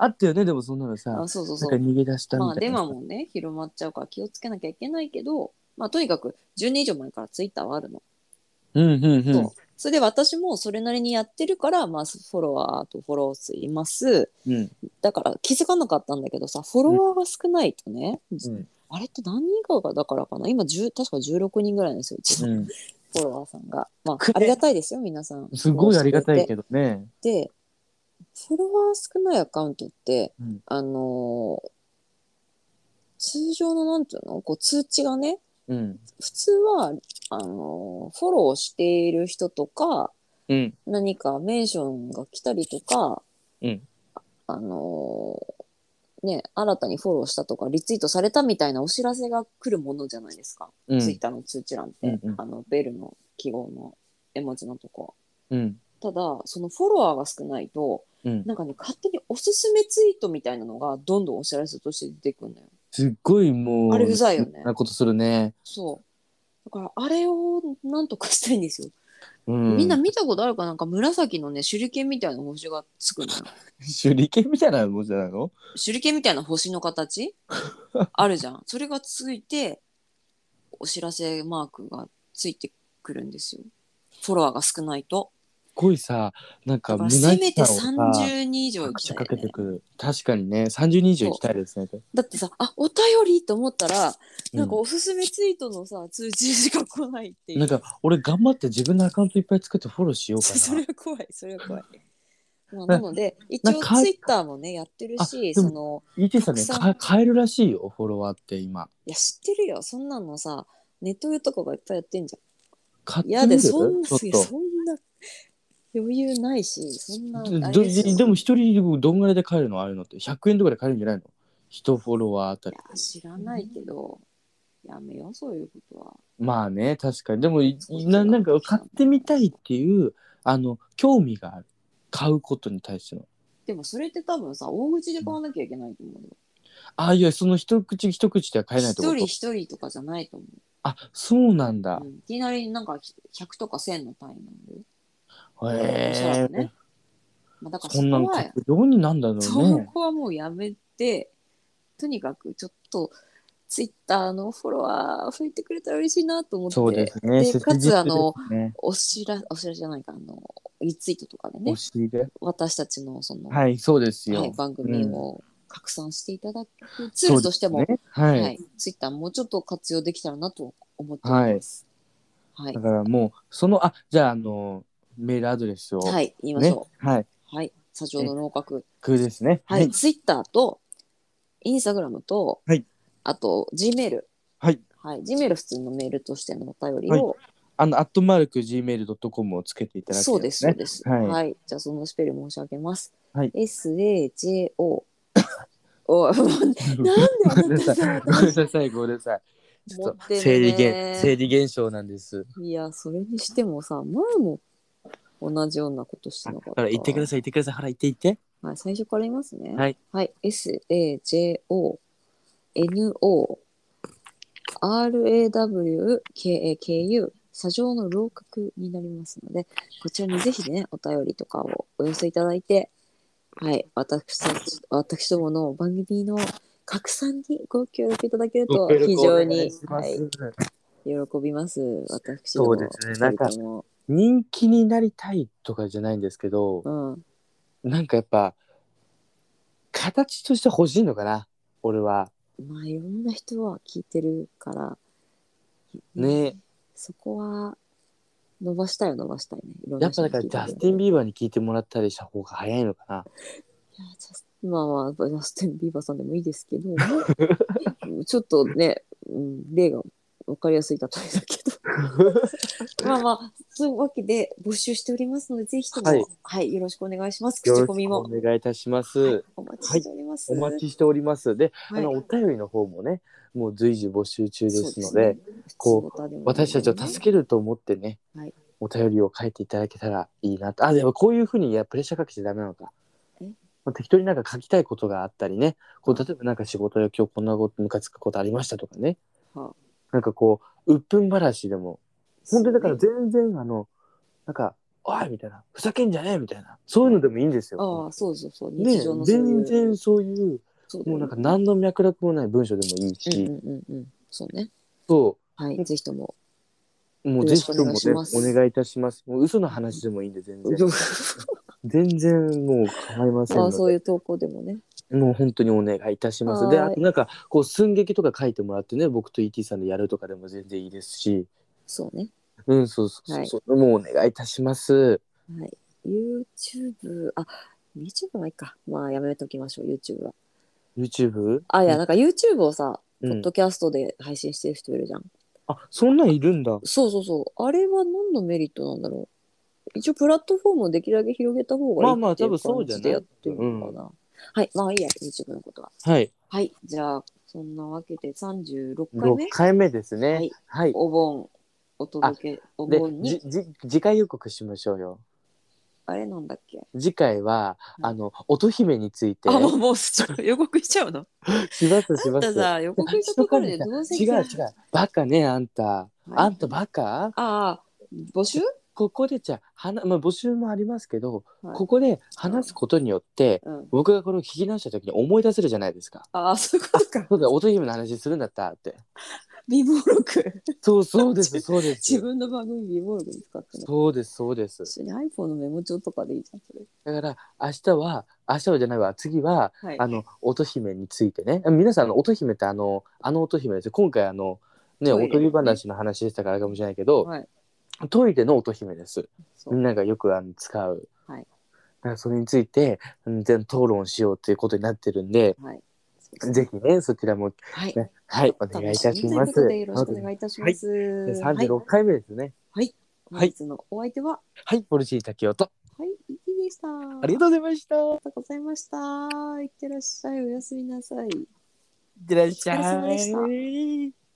Speaker 1: あったよねでもそんなのさ
Speaker 2: あそうそうそう
Speaker 1: なんか逃げ出したみたいな
Speaker 2: まあデマもね広まっちゃうから気をつけなきゃいけないけど、まあ、とにかく10年以上前からツイッターはあるの。
Speaker 1: うんうんうん
Speaker 2: そうそれで私もそれなりにやってるから、まあ、フォロワーとフォロー数います
Speaker 1: うん
Speaker 2: だから気づかなかったんだけどさフォロワーが少ないとね、
Speaker 1: うん
Speaker 2: あれって何人以下がだからかな今10確か16人ぐらいなんですよ
Speaker 1: [LAUGHS]
Speaker 2: うちの
Speaker 1: うん
Speaker 2: フォロワーさんが、まあ、ありがたいですよ皆さん
Speaker 1: すごいありがたい
Speaker 2: ど
Speaker 1: けどね
Speaker 2: でフォロワー少ないアカウントって、
Speaker 1: うん
Speaker 2: あのー通常のなんていうのこう通知がね
Speaker 1: うん
Speaker 2: 普通はあのフォローしている人とか
Speaker 1: うん
Speaker 2: 何かメンションが来たりとか、
Speaker 1: うん
Speaker 2: あのね新たにフォローしたとかリツイートされたみたいなお知らせが来るものじゃないですか、
Speaker 1: うん
Speaker 2: ツイッターの通知欄って、
Speaker 1: うんうん
Speaker 2: あのベルの記号の絵文字のとこ
Speaker 1: うん
Speaker 2: ただそのフォロワーが少ないと
Speaker 1: うん
Speaker 2: なんかね勝手におすすめツイートみたいなのがどんどんお知らせとして出てくるのよ
Speaker 1: すっごいもう
Speaker 2: あれうざいよね
Speaker 1: なことするね
Speaker 2: そうだからあれをなんとかしたいんですよ
Speaker 1: うん
Speaker 2: みんな見たことあるかなんか紫のね手裏剣みたいな星がつくのよ。
Speaker 1: 手裏剣みたいなもんじゃないの
Speaker 2: 手裏剣みたいな星の
Speaker 1: [LAUGHS]
Speaker 2: 形あるじゃん。それがついてお知らせマークがついてくるんですよ。フォロワーが少ないと。
Speaker 1: すごいさなん
Speaker 2: だ
Speaker 1: か
Speaker 2: からせめて
Speaker 1: さをさ
Speaker 2: 30人以上行
Speaker 1: 拍
Speaker 2: き
Speaker 1: 手
Speaker 2: た
Speaker 1: か
Speaker 2: い、
Speaker 1: けて
Speaker 2: ね。
Speaker 1: くる確かにね30人以上行きたいですね
Speaker 2: だってさ、あお便りと思ったら、なんかおすすめツイートのさ、通知しか来ないっていう。
Speaker 1: なんか俺頑張って自分のアカウントいっぱい作ってフォローしようか
Speaker 2: [LAUGHS] そ [LAUGHS]
Speaker 1: な
Speaker 2: れは怖い、それは怖い。まあ、なので、一応
Speaker 1: なんか
Speaker 2: ツイッターもね、やってるし、
Speaker 1: あで
Speaker 2: そ
Speaker 1: も
Speaker 2: の、
Speaker 1: ET さんね
Speaker 2: たくさ
Speaker 1: か
Speaker 2: ん
Speaker 1: 変えるらしいよフォロワーって今
Speaker 2: いや知ってるよそんなのさネットとかがいっぱいやってんじ
Speaker 1: 買って
Speaker 2: ゃん。
Speaker 1: み
Speaker 2: いや
Speaker 1: る
Speaker 2: で
Speaker 1: ち
Speaker 2: そん
Speaker 1: ょ
Speaker 2: な
Speaker 1: っ
Speaker 2: そんな余裕ないしそんな
Speaker 1: と
Speaker 2: あ
Speaker 1: ど
Speaker 2: れですよ
Speaker 1: ででも一人どんぐらいで買えるのああるのって100円とかで買えるんじゃないの一フォロワーあた
Speaker 2: い
Speaker 1: り
Speaker 2: や知らないけどやめようそういうことは。
Speaker 1: まあね確かにでもい
Speaker 2: そう
Speaker 1: ななんか買ってみたいっていうあの興味がある買うことに対しての
Speaker 2: でもそれって多分さ大口で買わなきゃいけないと思うよ。
Speaker 1: ああいやその一口一口では買えないっ
Speaker 2: 一
Speaker 1: てこと
Speaker 2: 人一人とかじゃないと思
Speaker 1: あそうなんだ
Speaker 2: う。うんいきなりなんか100とか1000の単位なんだよ。
Speaker 1: へ
Speaker 2: おそら
Speaker 1: え、
Speaker 2: くねまあ、だから
Speaker 1: そ
Speaker 2: そ
Speaker 1: んな
Speaker 2: こ
Speaker 1: の
Speaker 2: は
Speaker 1: 買うどうになんだろう
Speaker 2: そ
Speaker 1: ね
Speaker 2: こはもうやめて、とにかくちょっと、ツイッターのフォロワー増えてくれたら嬉しいなと思って、
Speaker 1: そうですね
Speaker 2: でかつあの
Speaker 1: 切実ですね
Speaker 2: お知ら、お知らせじゃないか、あの、リツイートとかでね
Speaker 1: お、尻で
Speaker 2: 私たちのその、
Speaker 1: はいそうですよ、
Speaker 2: はい番組
Speaker 1: うん
Speaker 2: を拡散していただくツー
Speaker 1: そう
Speaker 2: ル
Speaker 1: で
Speaker 2: と
Speaker 1: す
Speaker 2: しても、
Speaker 1: ねはい、
Speaker 2: はい、ツイッターもうちょっと活用できたらなと思っております。はい
Speaker 1: だ。からもうそのあじゃああのメールアドレスを
Speaker 2: はい、言いま
Speaker 1: ね
Speaker 2: しょ。
Speaker 1: はいう
Speaker 2: はい、社長の楼閣。
Speaker 1: 空ですね
Speaker 2: はい、ツイッターと、インスタグラムと、
Speaker 1: はい
Speaker 2: あと、G メール。
Speaker 1: はい
Speaker 2: はい、G メール普通のメールとしてのお便りを、
Speaker 1: あのアットマーク gmail.com をつけていただければね [LAUGHS]
Speaker 2: そうです、そうです、
Speaker 1: は
Speaker 2: はいい。じゃあ、そのスペル申し上げます。
Speaker 1: はい
Speaker 2: SAJO。お
Speaker 1: [LAUGHS]
Speaker 2: いもうな
Speaker 1: ご
Speaker 2: ん
Speaker 1: めん
Speaker 2: で
Speaker 1: な
Speaker 2: あ
Speaker 1: さ
Speaker 2: なたさ
Speaker 1: い、ごめんなさい、ごめんなさい。ちょっと生理現生
Speaker 2: 現
Speaker 1: 理現象なんです。
Speaker 2: いや、それにしてもさ、前も同じようなことして
Speaker 1: だ
Speaker 2: なかった。
Speaker 1: から言ってくだ
Speaker 2: さ
Speaker 1: さい、言ってください、腹言って言って。
Speaker 2: い。はい、最初から言いますね。
Speaker 1: はい。
Speaker 2: はい、SAJO、NO、RAWKAKU、砂上の楼閣になりますので、こちらにぜひね、お便りとかをお寄せいただいて、はい、私たち、私どもの番組の拡散にご協力いただけると非常に、はい、喜びます。私ど
Speaker 1: そ
Speaker 2: も
Speaker 1: うですねなんか
Speaker 2: 二人とも
Speaker 1: 人気になりたいとかじゃないんですけど、
Speaker 2: うん、
Speaker 1: なんかやっぱ形として欲しいのかな俺は
Speaker 2: まあ、いろんな人は聞いてるから、
Speaker 1: ね
Speaker 2: そこは伸ばしたいは伸ばしたいね。いろん
Speaker 1: や
Speaker 2: な
Speaker 1: っぱだ
Speaker 2: 人に
Speaker 1: か
Speaker 2: 聞
Speaker 1: ら
Speaker 2: い
Speaker 1: ジ
Speaker 2: ても
Speaker 1: ャスティン・ビーバーに聞いてもらったりした方が早いのかない
Speaker 2: やジャスまあまあ、ジャスティン・ビーバーさんでもいいですけど、
Speaker 1: [LAUGHS]
Speaker 2: ちょっとね、うん、例が分かりやすい例えだけ
Speaker 1: [LAUGHS]
Speaker 2: ど、まあまあ、そういうわけで募集しておりますので、ぜひとも、
Speaker 1: は
Speaker 2: はいい、よろしくお願いします。
Speaker 1: よ
Speaker 2: 口
Speaker 1: ろ
Speaker 2: コ
Speaker 1: し
Speaker 2: ミ
Speaker 1: くお
Speaker 2: も。
Speaker 1: 願いいたしま
Speaker 2: はい
Speaker 1: す。
Speaker 2: お待ちしております。
Speaker 1: お待ちしております。で、
Speaker 2: は
Speaker 1: あ
Speaker 2: い
Speaker 1: のお便りの方もね、もう随時募集中ですの
Speaker 2: そう
Speaker 1: で、
Speaker 2: ね
Speaker 1: こう
Speaker 2: 普通の歌でもいいのでね
Speaker 1: 私たちを助けると思ってね、
Speaker 2: はい
Speaker 1: お便りを書いていただけたらいいなと。あ、でもこういうふうにいやプレッシャーかけちゃダメなのか
Speaker 2: え。
Speaker 1: まあ、適当になんか書きたいことがあったりね、こう例えばなんか仕事で今日こんなことムカつくことありましたとかね
Speaker 2: はあ。
Speaker 1: なんかこう鬱憤話でも、本当にだから全然あのなんかおいみたいなふざけんじゃねえみたいなそういうのでもいいんです
Speaker 2: あ
Speaker 1: よ。
Speaker 2: あ、そうそうそう。
Speaker 1: ね
Speaker 2: 日常、のそういう
Speaker 1: 全然そういう
Speaker 2: そうだ
Speaker 1: も
Speaker 2: よ
Speaker 1: うな
Speaker 2: ね
Speaker 1: んか何の脈絡もない文章でもいいし、
Speaker 2: うんうんうんうん。そうね。
Speaker 1: そう
Speaker 2: はい。ぜひとも。
Speaker 1: もう
Speaker 2: よ
Speaker 1: ぜ
Speaker 2: ろ
Speaker 1: ひ
Speaker 2: しく
Speaker 1: とも
Speaker 2: お願いし
Speaker 1: ね
Speaker 2: ま
Speaker 1: お
Speaker 2: す
Speaker 1: 願いいたします。もう嘘の話でもいいんで全然。
Speaker 2: あ
Speaker 1: 全然もう構いません
Speaker 2: あ、
Speaker 1: の
Speaker 2: そう
Speaker 1: で
Speaker 2: いう投稿でもね。
Speaker 1: もう本当にお願いいたします。
Speaker 2: はーい
Speaker 1: であとなんかこう寸劇とか書いてもらってね僕と ET さんでやるとかでも全然いいですし
Speaker 2: そうね。
Speaker 1: うんそうそうそうそう、もうお願いいたします。
Speaker 2: はい。YouTube、あ、YouTube はいいか。まあ、やめときましょう、YouTube は。
Speaker 1: YouTube?
Speaker 2: あ、いや、なんか YouTube をさ、
Speaker 1: う
Speaker 2: ポッ
Speaker 1: ん、
Speaker 2: ドキャストで配信してる人いるじゃん。
Speaker 1: あそんなんいるんだ。
Speaker 2: そうそうそう。あれは何のメリットなんだろう。一応、プラットフォームをできるだけ広げた方がいい
Speaker 1: まあまあ
Speaker 2: ってい
Speaker 1: 多分
Speaker 2: う
Speaker 1: そ
Speaker 2: 感
Speaker 1: うじゃない
Speaker 2: じでやってるのかな。はい。まあいいや、YouTube のことは。
Speaker 1: はい
Speaker 2: はい。じゃあ、そんなわけで36回
Speaker 1: 六
Speaker 2: 目。
Speaker 1: 回目です
Speaker 2: は
Speaker 1: ね
Speaker 2: い。
Speaker 1: はい、
Speaker 2: お盆、お届け、お
Speaker 1: で
Speaker 2: 盆
Speaker 1: じ
Speaker 2: に、
Speaker 1: じ次回予告しましょうよ。
Speaker 2: あれなんだっけ
Speaker 1: 次回は
Speaker 2: うん
Speaker 1: あの乙姫について
Speaker 2: あ、もう、もう、ちょっと予告しちゃうの
Speaker 1: しますし
Speaker 2: あ
Speaker 1: ま
Speaker 2: んた
Speaker 1: す。
Speaker 2: さ、予告したところでどうせ
Speaker 1: 違う違うバカねあんた。あんたバカ
Speaker 2: ああ、募集
Speaker 1: ここでじゃあはな、まあ、募集もありますけど、
Speaker 2: はい
Speaker 1: ここで話すことによって、
Speaker 2: うん。
Speaker 1: 僕がこれを聞き直した時に思い出せるじゃないですか。
Speaker 2: ああ、そういうことか。
Speaker 1: [LAUGHS] そうだ乙姫の話するんだったって。
Speaker 2: 微暴録。
Speaker 1: そうそうですそうで
Speaker 2: [LAUGHS] 自
Speaker 1: す。
Speaker 2: 分の番組微暴録に使ってね。
Speaker 1: そうですそうです。
Speaker 2: 一緒に iPhone のメモ帳とかでいいじゃん、それ。
Speaker 1: だから明日は明日はじゃないわ次は、
Speaker 2: はい
Speaker 1: あの乙姫についてね皆さんあの乙姫ってあのあの乙姫ですよ今回あのね
Speaker 2: トイレ
Speaker 1: おとぎ話の話でしたからあれかもしれないけど、
Speaker 2: はい
Speaker 1: トイレの乙姫です。
Speaker 2: そ
Speaker 1: みん
Speaker 2: う。
Speaker 1: ながよくあの使う。
Speaker 2: はい
Speaker 1: だからそれについてうん全討論しようということになってるんで、
Speaker 2: はい。
Speaker 1: ぜひねそちらも
Speaker 2: はい。
Speaker 1: ねはいお願いいたしま
Speaker 2: 楽みという
Speaker 1: す。
Speaker 2: ことでよろしくお願いいたします。
Speaker 1: 三
Speaker 2: は
Speaker 1: 十
Speaker 2: い。
Speaker 1: 六回目ですね。
Speaker 2: 本日のお相手は、
Speaker 1: はい、ポルシー竹雄と
Speaker 2: はい、いきでした。
Speaker 1: ありがとうございました。い
Speaker 2: ありがとうございました。いってらっしゃい。おやすみなさい。
Speaker 1: ってらっし
Speaker 2: お疲れ様
Speaker 1: ゃ
Speaker 2: でした
Speaker 1: い。